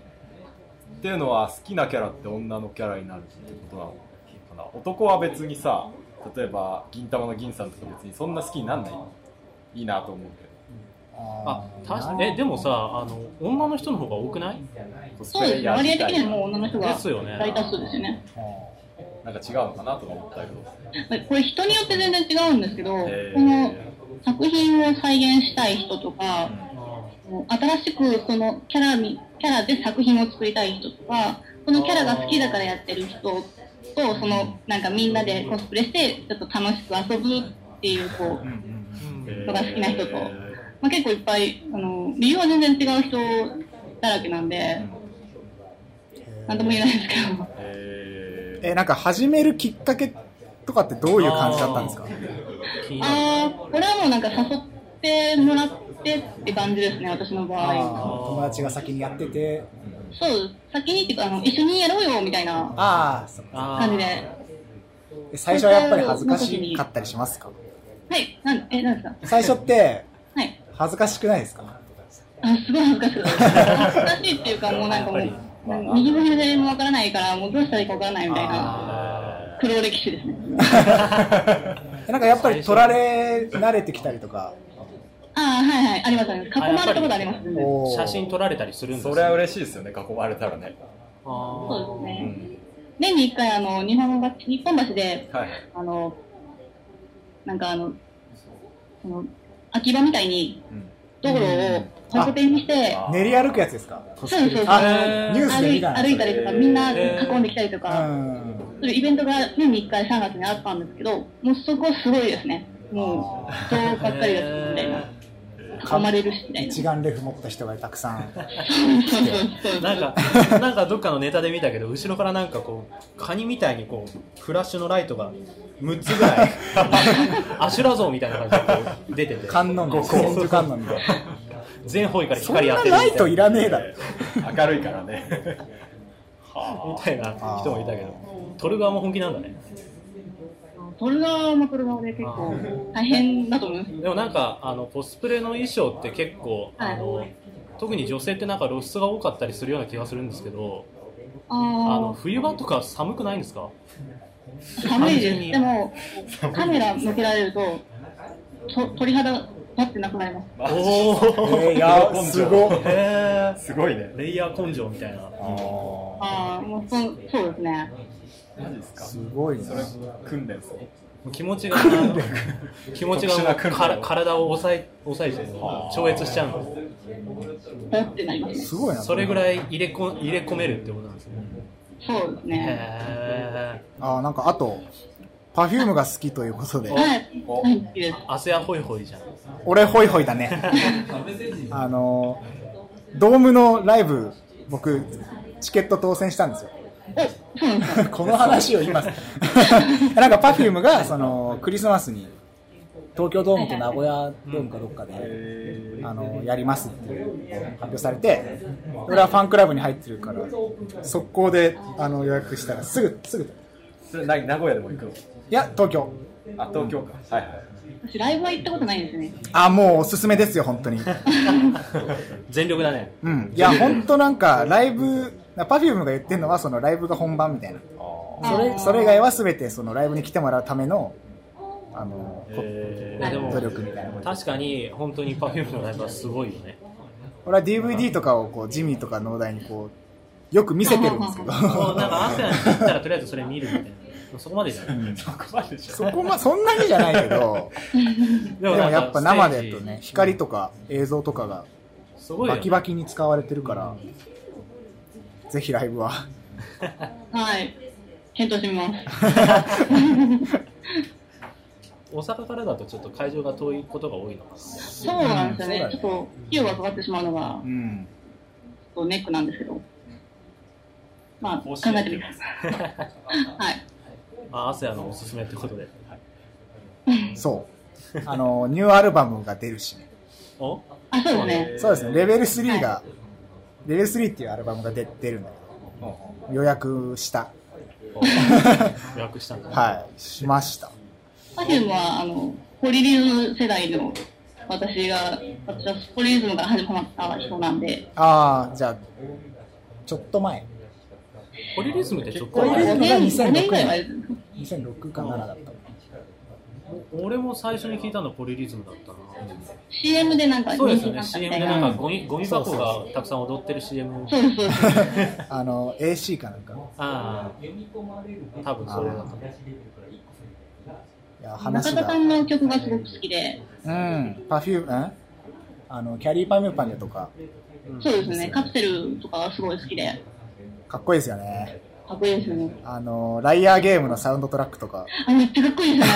Speaker 3: っていうのは好きなキャラって女のキャラになるってことなのかな男は別にさ例えば銀玉の銀さんとか別にそんな好きになんないいいなと思うけ
Speaker 2: あたし
Speaker 1: ー
Speaker 2: えでもさあの女の人の方が多くない
Speaker 3: どコス
Speaker 5: そう
Speaker 3: プレ
Speaker 5: ですね。
Speaker 3: や
Speaker 5: 割
Speaker 3: り
Speaker 5: 合
Speaker 3: た
Speaker 5: 的に
Speaker 3: い
Speaker 5: はもう女の人が
Speaker 2: ですよね
Speaker 5: 大多数ですよね。
Speaker 3: なんか違うのかなとか思ったけど
Speaker 5: これ人によって全然違うんですけど、こ
Speaker 3: えー
Speaker 5: の作品を再現したい人とか、新しくそのキャラにキャラで作品を作りたい人とかこのキャラが好きだからやってる人とそのなんかみんなでコスプレしてちょっと楽しく遊ぶっていうこう、人が好きな人と、まあ、結構いっぱいあの理由は全然違う人だらけなんで何とも言えないですけど
Speaker 3: え
Speaker 1: えなんか始めるきっかけとかってどういう感じだったんですか
Speaker 2: 気になる
Speaker 5: ああこれはもうなんか誘ってもらってって感じですね私の場合
Speaker 1: あー友達が先にやってて
Speaker 5: そう先にっていうかあの一緒にやろうよみたいな
Speaker 1: ああそっか
Speaker 2: あ
Speaker 5: 感じ
Speaker 2: ー
Speaker 5: で
Speaker 1: え最初はやっぱり恥ずかしかったりしますか
Speaker 5: はいなんえなんですか
Speaker 1: 最初って
Speaker 5: はい
Speaker 1: 恥ずかしくないですか
Speaker 5: あすごい恥ずかしい。恥ずかしいっていうか、もうなんかも
Speaker 2: やっ
Speaker 5: う、なんか右も左もわからないから、もうどうしたらいいかわからないみたいな、黒歴史ですね。
Speaker 1: えなんかやっぱり取られ慣れてきたりとか
Speaker 5: ああ、はいはい、ありますあります。囲まれたことあります、全然。
Speaker 1: おー
Speaker 2: 写真撮られたりするんです
Speaker 3: そ
Speaker 2: よ
Speaker 3: れは嬉しいですよね囲まれたらね
Speaker 2: あー
Speaker 5: そうですね。年に一回、あの、日本橋、日本橋で、
Speaker 3: はい
Speaker 5: あの、なんかあの、その、秋葉みたいに
Speaker 3: うん、
Speaker 5: 道路を交差点にして、
Speaker 3: あ
Speaker 1: 練り歩くやつですか
Speaker 5: そうですそうです
Speaker 1: あ
Speaker 2: へー
Speaker 1: ニュースで
Speaker 5: 歩
Speaker 1: 見
Speaker 5: い
Speaker 1: た
Speaker 5: 歩いたりとか、みんな
Speaker 2: へー
Speaker 5: 囲んできたりと
Speaker 1: う
Speaker 5: か、
Speaker 1: ん
Speaker 5: そういうイベントが年に一回3月にあったんですけど、もうそこすごいですね。もう、人ばっかりがみたいな。はまれるしみた
Speaker 1: (laughs)
Speaker 5: いな。
Speaker 1: 一眼レフ持った人がたくさ
Speaker 2: (laughs)
Speaker 1: ん。
Speaker 5: そうそうそう
Speaker 2: なんか、なんかどっかのネタで見たけど、後ろからなんかこう、カニみたいにこう、フラッシュのライト
Speaker 5: (laughs)
Speaker 2: が6つぐらい、アシュラ像みたいな感じでこう出てて、
Speaker 1: 観音みたいな。千手観音
Speaker 2: (laughs)
Speaker 1: みたいな。
Speaker 2: 全方位から
Speaker 1: そん
Speaker 2: 光当
Speaker 1: な
Speaker 2: てるみた
Speaker 1: ラ
Speaker 2: い
Speaker 1: イ
Speaker 2: な
Speaker 1: トいらねえだろ。
Speaker 3: 明るいからね。
Speaker 2: みたいな人もいたけど、撮る側も本気なんだね。
Speaker 5: 撮る側も撮る側で結構大変だと思います。
Speaker 2: でもなんか、あの、コスプレの衣装って結構、あの、特に女性ってなんか露出が多かったりするような気がするんですけど、あの
Speaker 5: あ
Speaker 2: 冬場とか寒くないんですか
Speaker 5: あ、寒い
Speaker 2: 単純に
Speaker 5: です。でも、カメラ向けられると、と鳥肌立ってなくなります。
Speaker 2: お
Speaker 1: え
Speaker 2: お
Speaker 1: ー、いや、すごっ。
Speaker 2: へ
Speaker 3: すごいね
Speaker 2: え。レイヤー根性みたいな
Speaker 1: あー
Speaker 5: ああ、もうそそうですね。
Speaker 3: マジですか
Speaker 1: すごいな
Speaker 3: そ。れ訓練ですね。
Speaker 2: 気持ち
Speaker 3: (laughs)
Speaker 2: が気持ちが
Speaker 3: 特殊な訓練
Speaker 2: から体を抑え抑えちゃう超越しちゃうの
Speaker 5: ポッてなります。
Speaker 1: すごいな。
Speaker 2: それぐらい入れこ入れ込めるってことなんですね
Speaker 5: そうですね。
Speaker 2: へえ
Speaker 1: あーなんかあと、パフュームが好きということで、
Speaker 5: はい、
Speaker 3: お
Speaker 5: はい、好きです。
Speaker 2: 汗やホイホイじゃん
Speaker 1: 俺ホイホイだ
Speaker 2: (laughs)
Speaker 1: ね。あのー、ドームのライブ、僕、チケット当選したんですよ。
Speaker 5: お、そうなんです
Speaker 1: (laughs)
Speaker 5: か。
Speaker 1: この話を今、なんか Perfume がそのクリスマスに東京ドームと名古屋ドームかどっかで、あのやりますっていう発表されて、俺はファンクラブに入ってるから、速攻であの予約したらすぐ、すぐ、い
Speaker 3: それな名古屋でも行くの
Speaker 1: や、東京。
Speaker 3: あ、東京か。はいはい。
Speaker 5: 私、ライブは行ったことないんですね。
Speaker 1: あ、もうおすすめですよ、本当に。
Speaker 2: 全力だね
Speaker 1: うん。いや、本当なんかライブ、Perfume が言ってるのはそのライブが本番みたいな。それ、それ以外は全てそのライブに来てもらうための、あの、
Speaker 2: え
Speaker 5: ー
Speaker 2: でも
Speaker 1: 努力みたいな。
Speaker 2: 確かに本当に Perfume のライブはすごいよね
Speaker 1: 俺は DVD とかをこうジミーとか農大にこうよく見せてるんです
Speaker 2: (laughs)
Speaker 1: けど
Speaker 2: もうなんか汗や行ったらとりあえずそれ見るみたいなそこまでじゃない
Speaker 3: そこまでじ
Speaker 1: そこまそんなにじゃないけどで
Speaker 2: で
Speaker 1: もやっぱ生
Speaker 2: なんかステ
Speaker 1: で
Speaker 2: ージ
Speaker 1: やるとね光とか映像とかが
Speaker 2: すごいよ
Speaker 1: バ
Speaker 2: ね
Speaker 1: キバキに使われてるからぜひライブは
Speaker 5: はい。検討してみます。
Speaker 2: 大阪からだとちょっと会場が遠いことが多いのかな
Speaker 5: そうなんで
Speaker 1: う
Speaker 5: すよ
Speaker 1: ん
Speaker 5: ね。ちょっと、費用がかかってしまうのが
Speaker 1: う、ん
Speaker 5: ちょっとネックなんですけど。まあ、考えてみます。はい。
Speaker 2: あアセアのおすすめってことで
Speaker 1: そうあのニューアルバムが出るしね
Speaker 2: お
Speaker 5: あ、そうですね。
Speaker 1: そうですねレベル3がレベル3っていうアルバムが出出るんだけど予約した
Speaker 2: 予約したんだ、
Speaker 1: はいしました
Speaker 5: パフュームは、あの、ポリリズム世代の、私が、私はポリリズムが始まった人なんで、
Speaker 1: ああじゃあちょっと前
Speaker 2: ポリリズムってちょっと
Speaker 1: ポリリズ
Speaker 5: 5
Speaker 1: ムが
Speaker 5: 年、5
Speaker 1: 2006
Speaker 5: 年ぐらい前
Speaker 1: 年2006か7だった
Speaker 2: 俺も最初に聞いたのポリリズムだったな
Speaker 5: CM でなんか、
Speaker 2: そうですよ
Speaker 5: 人気
Speaker 2: ね
Speaker 5: な
Speaker 2: CM
Speaker 5: んかみたい
Speaker 2: で
Speaker 5: な
Speaker 2: なんかゴミゴミ箱がたくさん踊ってる CM
Speaker 5: そうです、そうです。
Speaker 1: あの AC かなんか
Speaker 2: ああ多分それだと
Speaker 1: いや
Speaker 5: 中
Speaker 1: 話
Speaker 5: 田
Speaker 1: が
Speaker 5: さんの曲がすごく好きで、
Speaker 1: うんパフュームんあのキャリーパミュパニュとか
Speaker 5: そうですね、カプセルとかがすごい好きで、
Speaker 1: かっこいいですよね
Speaker 5: かっこいいですよね。
Speaker 1: あのライアーゲームのサウンドトラックとか
Speaker 5: あ、めっちゃかっこいいです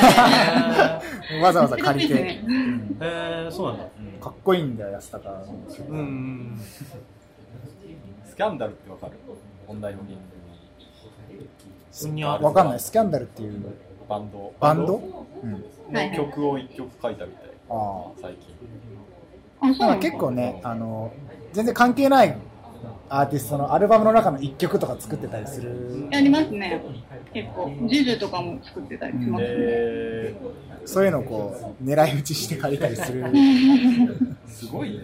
Speaker 1: (laughs)
Speaker 5: よね。
Speaker 1: わざわざ借り
Speaker 5: めっ
Speaker 1: て
Speaker 5: ちゃかっこ (laughs) いいですね
Speaker 2: えー、そうなんだ
Speaker 1: かっこいいんだよ安高の
Speaker 2: うんうん
Speaker 3: スキャンダルってわかる問題のに
Speaker 2: うんにゃ
Speaker 1: わかんないスキャンダルっていう
Speaker 3: バンド
Speaker 1: バンド、うん、
Speaker 5: はい
Speaker 3: の曲を一曲書いたみたい
Speaker 1: あ
Speaker 3: 最近
Speaker 5: あ、そう
Speaker 1: あ
Speaker 5: な
Speaker 1: なん
Speaker 5: ん
Speaker 1: か
Speaker 5: で
Speaker 1: 結
Speaker 5: すか
Speaker 1: 構ねあの全然関係ないアーティストのアルバムの中の一曲とか作ってたりする
Speaker 5: やりますね。結構、ジュジュとかも作ってたりしますね。
Speaker 3: え
Speaker 1: そういうのをこう狙い撃ちして借りたりす
Speaker 5: (laughs)
Speaker 1: る
Speaker 3: ー、すごいね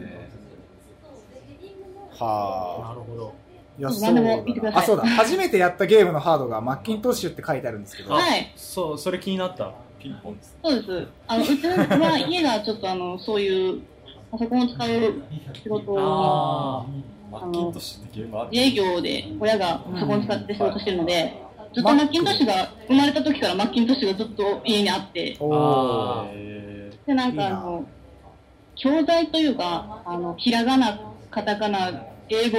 Speaker 1: はあ
Speaker 2: なるほど
Speaker 1: いや、
Speaker 5: そう
Speaker 1: そうだ
Speaker 5: 何でも言ってくだ
Speaker 1: な。
Speaker 5: さい
Speaker 1: あ、そうだ。初めてやったゲームのハードがマッキントッシュって書いてあるんですけど、
Speaker 5: はい
Speaker 2: そうそれ気になった
Speaker 3: ピンポンです
Speaker 5: そうです。あの、うちは家がちょっとあの、そういう、パソコンを使う仕事を、
Speaker 2: あ
Speaker 3: マッキントッシュってゲームある
Speaker 5: 自営業で親がパソコンを使って仕事してるので、ずっとマッキントッシュが、生まれた時からマッキントッシュがずっと家にあって、
Speaker 1: お
Speaker 2: ーあー
Speaker 3: え
Speaker 5: で、なんかあの、教材というか、あの、ひらがな、カタカナ、英語、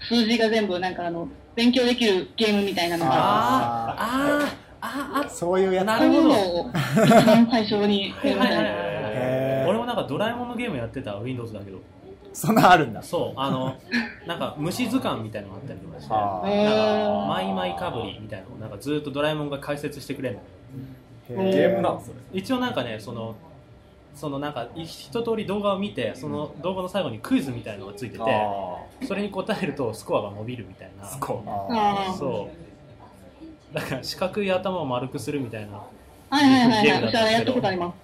Speaker 5: 数字が全部、なんかあの、勉強できるゲームみたいなのが、
Speaker 1: あ
Speaker 2: あーあーあ
Speaker 1: そういうやつ。
Speaker 2: な
Speaker 5: そう
Speaker 2: るほ
Speaker 5: いう
Speaker 2: ど
Speaker 5: のを一番最初にやり
Speaker 2: ー
Speaker 5: ま
Speaker 2: はいは
Speaker 5: した
Speaker 2: いは
Speaker 5: ね。
Speaker 2: いはい
Speaker 1: へー
Speaker 2: 俺もなんかドラえもんのゲームやってた Windows だけど
Speaker 1: そんなあるんだ。
Speaker 2: そうあ (laughs) のなんか虫図鑑みたいなのがあったりとかして
Speaker 1: はあ
Speaker 5: え
Speaker 2: マイマイかぶりみたいなのをなんかずっとドラえもんが解説してくれるの
Speaker 1: ゲ
Speaker 5: ー
Speaker 3: ゲームなのそれ
Speaker 2: 一応なんかねそのそのなんかい一通り動画を見てその動画の最後にクイズみたいなのがついてて
Speaker 3: あ
Speaker 2: それに答えるとスコアが伸びるみたいな
Speaker 3: ーすごい
Speaker 1: あ
Speaker 5: あー
Speaker 2: そうだから四角い頭を丸くするみたいな
Speaker 5: はいはいはい
Speaker 2: ゲー
Speaker 5: は
Speaker 2: ム
Speaker 5: い。
Speaker 2: だったん
Speaker 5: 私は
Speaker 2: です
Speaker 5: や
Speaker 2: け
Speaker 5: っ
Speaker 2: ど
Speaker 5: たことあります。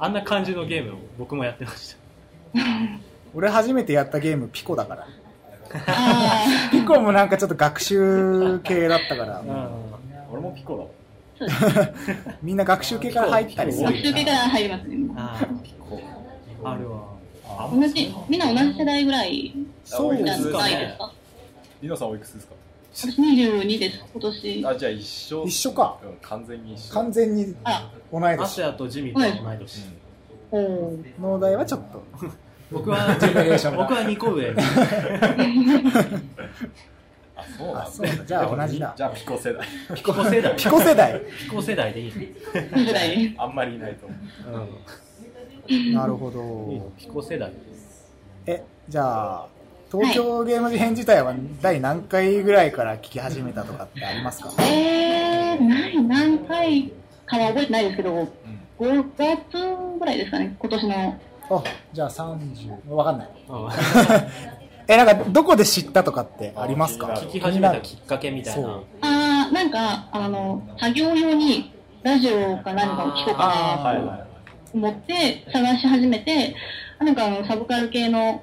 Speaker 2: あんな感じのゲームを僕もやってまし
Speaker 1: 俺初めてやったゲームピコだから。
Speaker 5: ああ。
Speaker 1: ピコもなんかちょっと学習系だったか
Speaker 2: た、
Speaker 1: ら、
Speaker 3: ー俺もピコだわ
Speaker 5: そうです
Speaker 1: みんな学習系から入ったりす
Speaker 2: 多
Speaker 1: る
Speaker 5: 学
Speaker 2: い。
Speaker 5: 習系から入りますね。みんな
Speaker 2: あああるわ
Speaker 3: あ
Speaker 5: 同じ、みんな同じ世代ぐらい
Speaker 1: そう
Speaker 5: じ
Speaker 1: で
Speaker 5: ゃ
Speaker 1: す
Speaker 5: な
Speaker 1: か。
Speaker 5: いですか。
Speaker 3: リノさんおいくつですか
Speaker 5: 私22です、今年。
Speaker 3: あじゃあ一緒
Speaker 1: 一緒か
Speaker 3: うん完全に一緒
Speaker 1: 完全に
Speaker 5: あら、
Speaker 1: 同い
Speaker 2: ア
Speaker 1: 年
Speaker 2: セ。アとジミーと同い年、
Speaker 5: おお。
Speaker 1: 農大はちょっと。
Speaker 2: 僕は
Speaker 1: ジェネレーションが
Speaker 2: 僕は2個
Speaker 1: (laughs)
Speaker 2: 上
Speaker 3: あそうな
Speaker 1: あ、
Speaker 3: ん
Speaker 1: そう
Speaker 3: だ
Speaker 1: だ。じゃあ同じだ
Speaker 3: じ。ゃあピコ世代
Speaker 2: ピコ世代
Speaker 1: ピコ世代。
Speaker 2: ピコ世代でいいね、
Speaker 5: 世代。
Speaker 3: あんまりいないと思う
Speaker 1: なるほ
Speaker 2: いいね
Speaker 1: ど。
Speaker 2: ピコ世代
Speaker 1: え、じゃあ、東京ゲーム事変自体は第何回ぐらいから聞き始めたとかってありますか
Speaker 5: えー、ない、何回かは覚えてないですけど、5月ぐらいですかね、今年の。
Speaker 1: あ、じゃあ30、わかんない。
Speaker 2: うん
Speaker 1: (laughs) え、なんかどこで知ったとかってありますか
Speaker 3: あ
Speaker 2: 聞き始めたきっかけみたいな
Speaker 1: そ
Speaker 5: あー、なんか、あの、作業用にラジオか何かを聞こう
Speaker 2: あ
Speaker 5: か
Speaker 3: はい
Speaker 5: な
Speaker 3: はい
Speaker 5: と思って探し始めて、あなんかあの、サブカル系の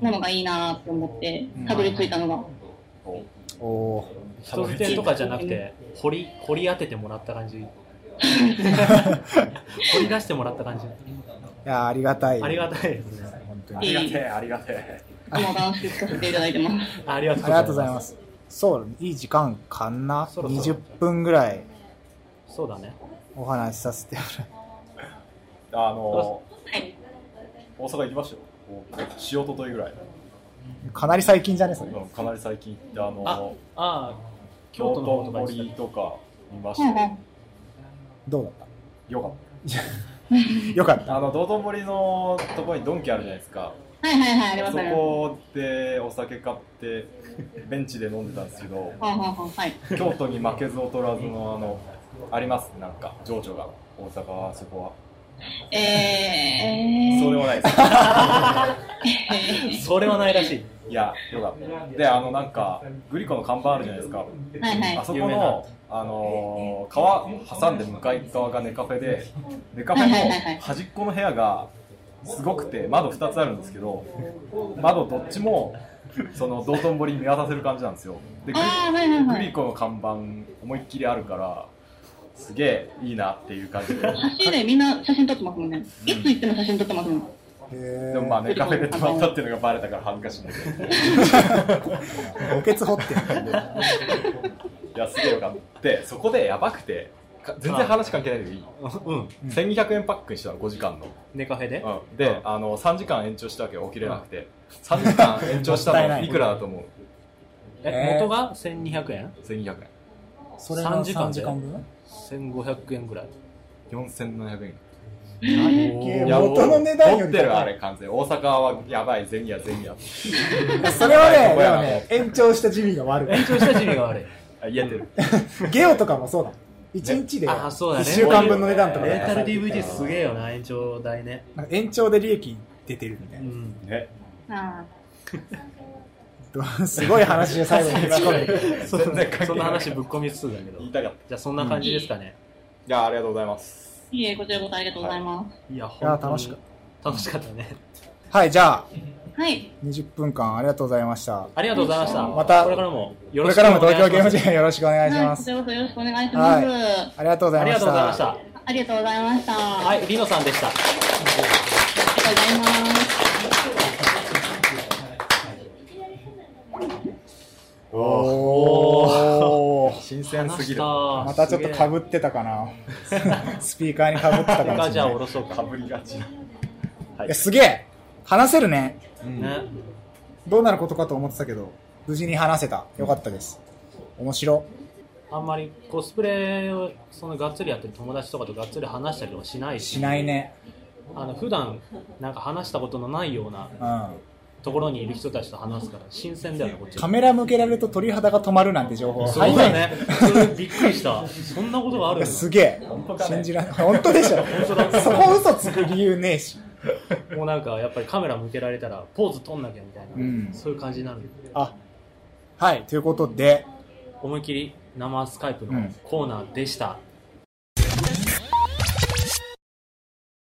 Speaker 5: ものがいいなって思って、たどり着いたのが。
Speaker 3: お
Speaker 1: う。おー
Speaker 2: 人づてとかじゃなくて掘り掘り当ててもらった
Speaker 1: (laughs)
Speaker 2: 感じ掘り出してもらった感じ
Speaker 1: いや、ありがたい。
Speaker 2: ありがたいですね
Speaker 1: 本当
Speaker 3: あ
Speaker 1: に。
Speaker 3: りがてえありがてえ
Speaker 5: あの、楽しく聞かせていただいてます。
Speaker 2: (laughs) ありがと
Speaker 1: ありがとうご
Speaker 2: うご
Speaker 1: ざ
Speaker 2: ざ
Speaker 1: い
Speaker 2: い
Speaker 1: ま。
Speaker 2: ます
Speaker 1: そう、いい時間かな。
Speaker 2: そろそろ
Speaker 1: 20分ぐらい
Speaker 2: すそうだね
Speaker 1: お話しさせてもら
Speaker 3: あの
Speaker 5: はい。
Speaker 3: 大阪行きましたよ塩とといぐらい、
Speaker 1: う。かなり最近じゃねそれ。
Speaker 3: うん、かなり最近行ってあ
Speaker 2: あ
Speaker 3: の
Speaker 2: ああ京
Speaker 3: 京
Speaker 2: 都
Speaker 3: 都
Speaker 2: の方
Speaker 3: の
Speaker 2: とか行って
Speaker 3: 森とか見まし
Speaker 5: う
Speaker 3: た
Speaker 5: んう
Speaker 3: よ
Speaker 5: ん
Speaker 1: どうだっ
Speaker 3: よかった
Speaker 1: よかった
Speaker 3: たあの道頓堀のところにドンキあるじゃないですか
Speaker 5: はいはいはい、ありま
Speaker 3: そ
Speaker 5: すね。
Speaker 3: こでお酒買ってベンチで飲んでたんですけど
Speaker 5: はんはんはんはい。
Speaker 3: 京都に負けず劣らずのあのありますなんか情緒が大阪はそこは (laughs)
Speaker 5: えー。
Speaker 3: そうでもないです
Speaker 5: え
Speaker 2: それはないらしい
Speaker 3: いやよかったであのなんかグリコの看板あるじゃないですか
Speaker 5: ーはいは
Speaker 3: あ
Speaker 5: い。
Speaker 3: そこ
Speaker 2: 有名な
Speaker 3: の、あのー川挟んで向かい側がネカフェで、ネカフェ
Speaker 5: はいはいはいはい
Speaker 3: の端っこの部屋がすごくて、窓2つあるんですけど、窓どっちもその道頓堀に見渡せる感じなんですよ。でグリ
Speaker 5: あーはいはいはい
Speaker 3: グリコの看板、思いっきりあるから、すげえいいなっていう感じで。
Speaker 5: 走でみんな写真撮ってますもんね。いつ行っても写真撮ってますもん。
Speaker 1: へ
Speaker 3: でもまあネカフェで泊まったっていうのがバレたから恥ずかしいんだけど、い
Speaker 1: え。おけつ掘ってる。
Speaker 2: (laughs)
Speaker 3: や、すげえよかった。で、そこでやばくて、か全然話関係ないけどいい。
Speaker 2: うん
Speaker 3: 1200円パックにしたの、5時間の。
Speaker 2: ネカフェで
Speaker 3: うん、で、あの3時間延長したわけよ起きれなくて、3時間延長し
Speaker 1: (laughs)
Speaker 3: た
Speaker 1: もったいな
Speaker 3: の
Speaker 1: い
Speaker 3: いくらだと思
Speaker 2: え元が1200円
Speaker 3: う1200円
Speaker 1: それの
Speaker 2: 3時間
Speaker 1: 3
Speaker 2: で
Speaker 1: 時間分
Speaker 2: 1500円ぐらい
Speaker 3: 4700円
Speaker 1: え
Speaker 3: いや
Speaker 1: 元の値段より高い
Speaker 3: 持ってるあれ完全大阪はやばいゼニアゼニア
Speaker 1: それはね、
Speaker 3: ここ
Speaker 1: で
Speaker 3: や
Speaker 1: も
Speaker 3: な
Speaker 1: ね、延長した地味が悪
Speaker 2: (laughs) 延長した地味が悪い
Speaker 3: あ言えてる
Speaker 1: い。ゲオとかもそうだ。1日で
Speaker 2: あそうだ
Speaker 1: 1
Speaker 2: ね
Speaker 1: 週間分の値段とか
Speaker 2: レンタル
Speaker 1: ね
Speaker 2: DVD すげえよな延長代ね
Speaker 1: なんか延長で利益出てるみた
Speaker 2: う
Speaker 1: いな。 (laughs)
Speaker 2: ん
Speaker 3: ね
Speaker 5: あ
Speaker 1: どうすごい話で最後に打ち込んで。
Speaker 2: (laughs) そ
Speaker 3: 全然関係ない
Speaker 2: んな話ぶっ込みつつだけど
Speaker 3: 言い
Speaker 2: じ
Speaker 3: たかったい
Speaker 2: ゃあそんな感じですかね
Speaker 3: やありがとうございます
Speaker 5: ーいえ、こちらこそありがとうございま
Speaker 2: いや
Speaker 1: いや
Speaker 2: 本当
Speaker 1: 楽しか
Speaker 2: に楽しかったね
Speaker 1: はい、じゃあ、
Speaker 5: す。はい。
Speaker 1: 20分間ありがとうございました。
Speaker 2: ありがとうございました
Speaker 1: また
Speaker 2: これからもよ
Speaker 1: こ
Speaker 2: ろ
Speaker 1: れ
Speaker 2: しくお
Speaker 1: からも
Speaker 2: 願い
Speaker 1: 東
Speaker 2: し
Speaker 1: 京
Speaker 2: ます
Speaker 1: ゲーム事変よろしくお願いし
Speaker 5: はい、
Speaker 1: ま
Speaker 5: こ
Speaker 1: す
Speaker 5: ち。らこそよろしくお願いします。
Speaker 1: ありがとうござ
Speaker 2: あ
Speaker 1: い
Speaker 2: り
Speaker 1: まし。
Speaker 2: がとうございましたた
Speaker 5: ありがとうございました。
Speaker 2: は
Speaker 5: あ
Speaker 2: いリノさんでした
Speaker 5: りがとうございます。
Speaker 1: おー
Speaker 3: 新鮮すぎる
Speaker 1: またちょっとか
Speaker 2: ぶ
Speaker 1: ぶってたかな。 (laughs) スピーカーにかぶってたかもし
Speaker 2: じ
Speaker 1: れ
Speaker 2: ゃあ
Speaker 1: ない
Speaker 2: 下。ろそう
Speaker 3: か
Speaker 2: か
Speaker 3: ぶりがち
Speaker 1: いやすげえ話せるね。
Speaker 2: ね
Speaker 1: どうなることかと思ってたけど、無事に話せた。よかったです。面白。
Speaker 2: あんまりコスプレをそのがっつりやってる友達とかとがっつり話したりとかしない
Speaker 1: しないね。
Speaker 2: あの普段なんか話したことのないようなところにいる人たちと話すから新鮮だよねこっち
Speaker 1: カメラ向けられると鳥肌が止まるなんて情報
Speaker 2: そう
Speaker 1: 入ら
Speaker 2: だ
Speaker 1: ない
Speaker 2: ねそれびっくりしたそんなことがあるんだ
Speaker 1: すげえ信じられない本当でしょそこ嘘つく理由ねえし
Speaker 2: もうなんかやっぱりカメラ向けられたらポーズ取んなきゃみたいな、
Speaker 1: うん
Speaker 2: そういう感じになる
Speaker 1: あはいということで
Speaker 2: 思いっきり生スカイプ
Speaker 1: う
Speaker 2: の
Speaker 1: ん
Speaker 2: コーナーでした、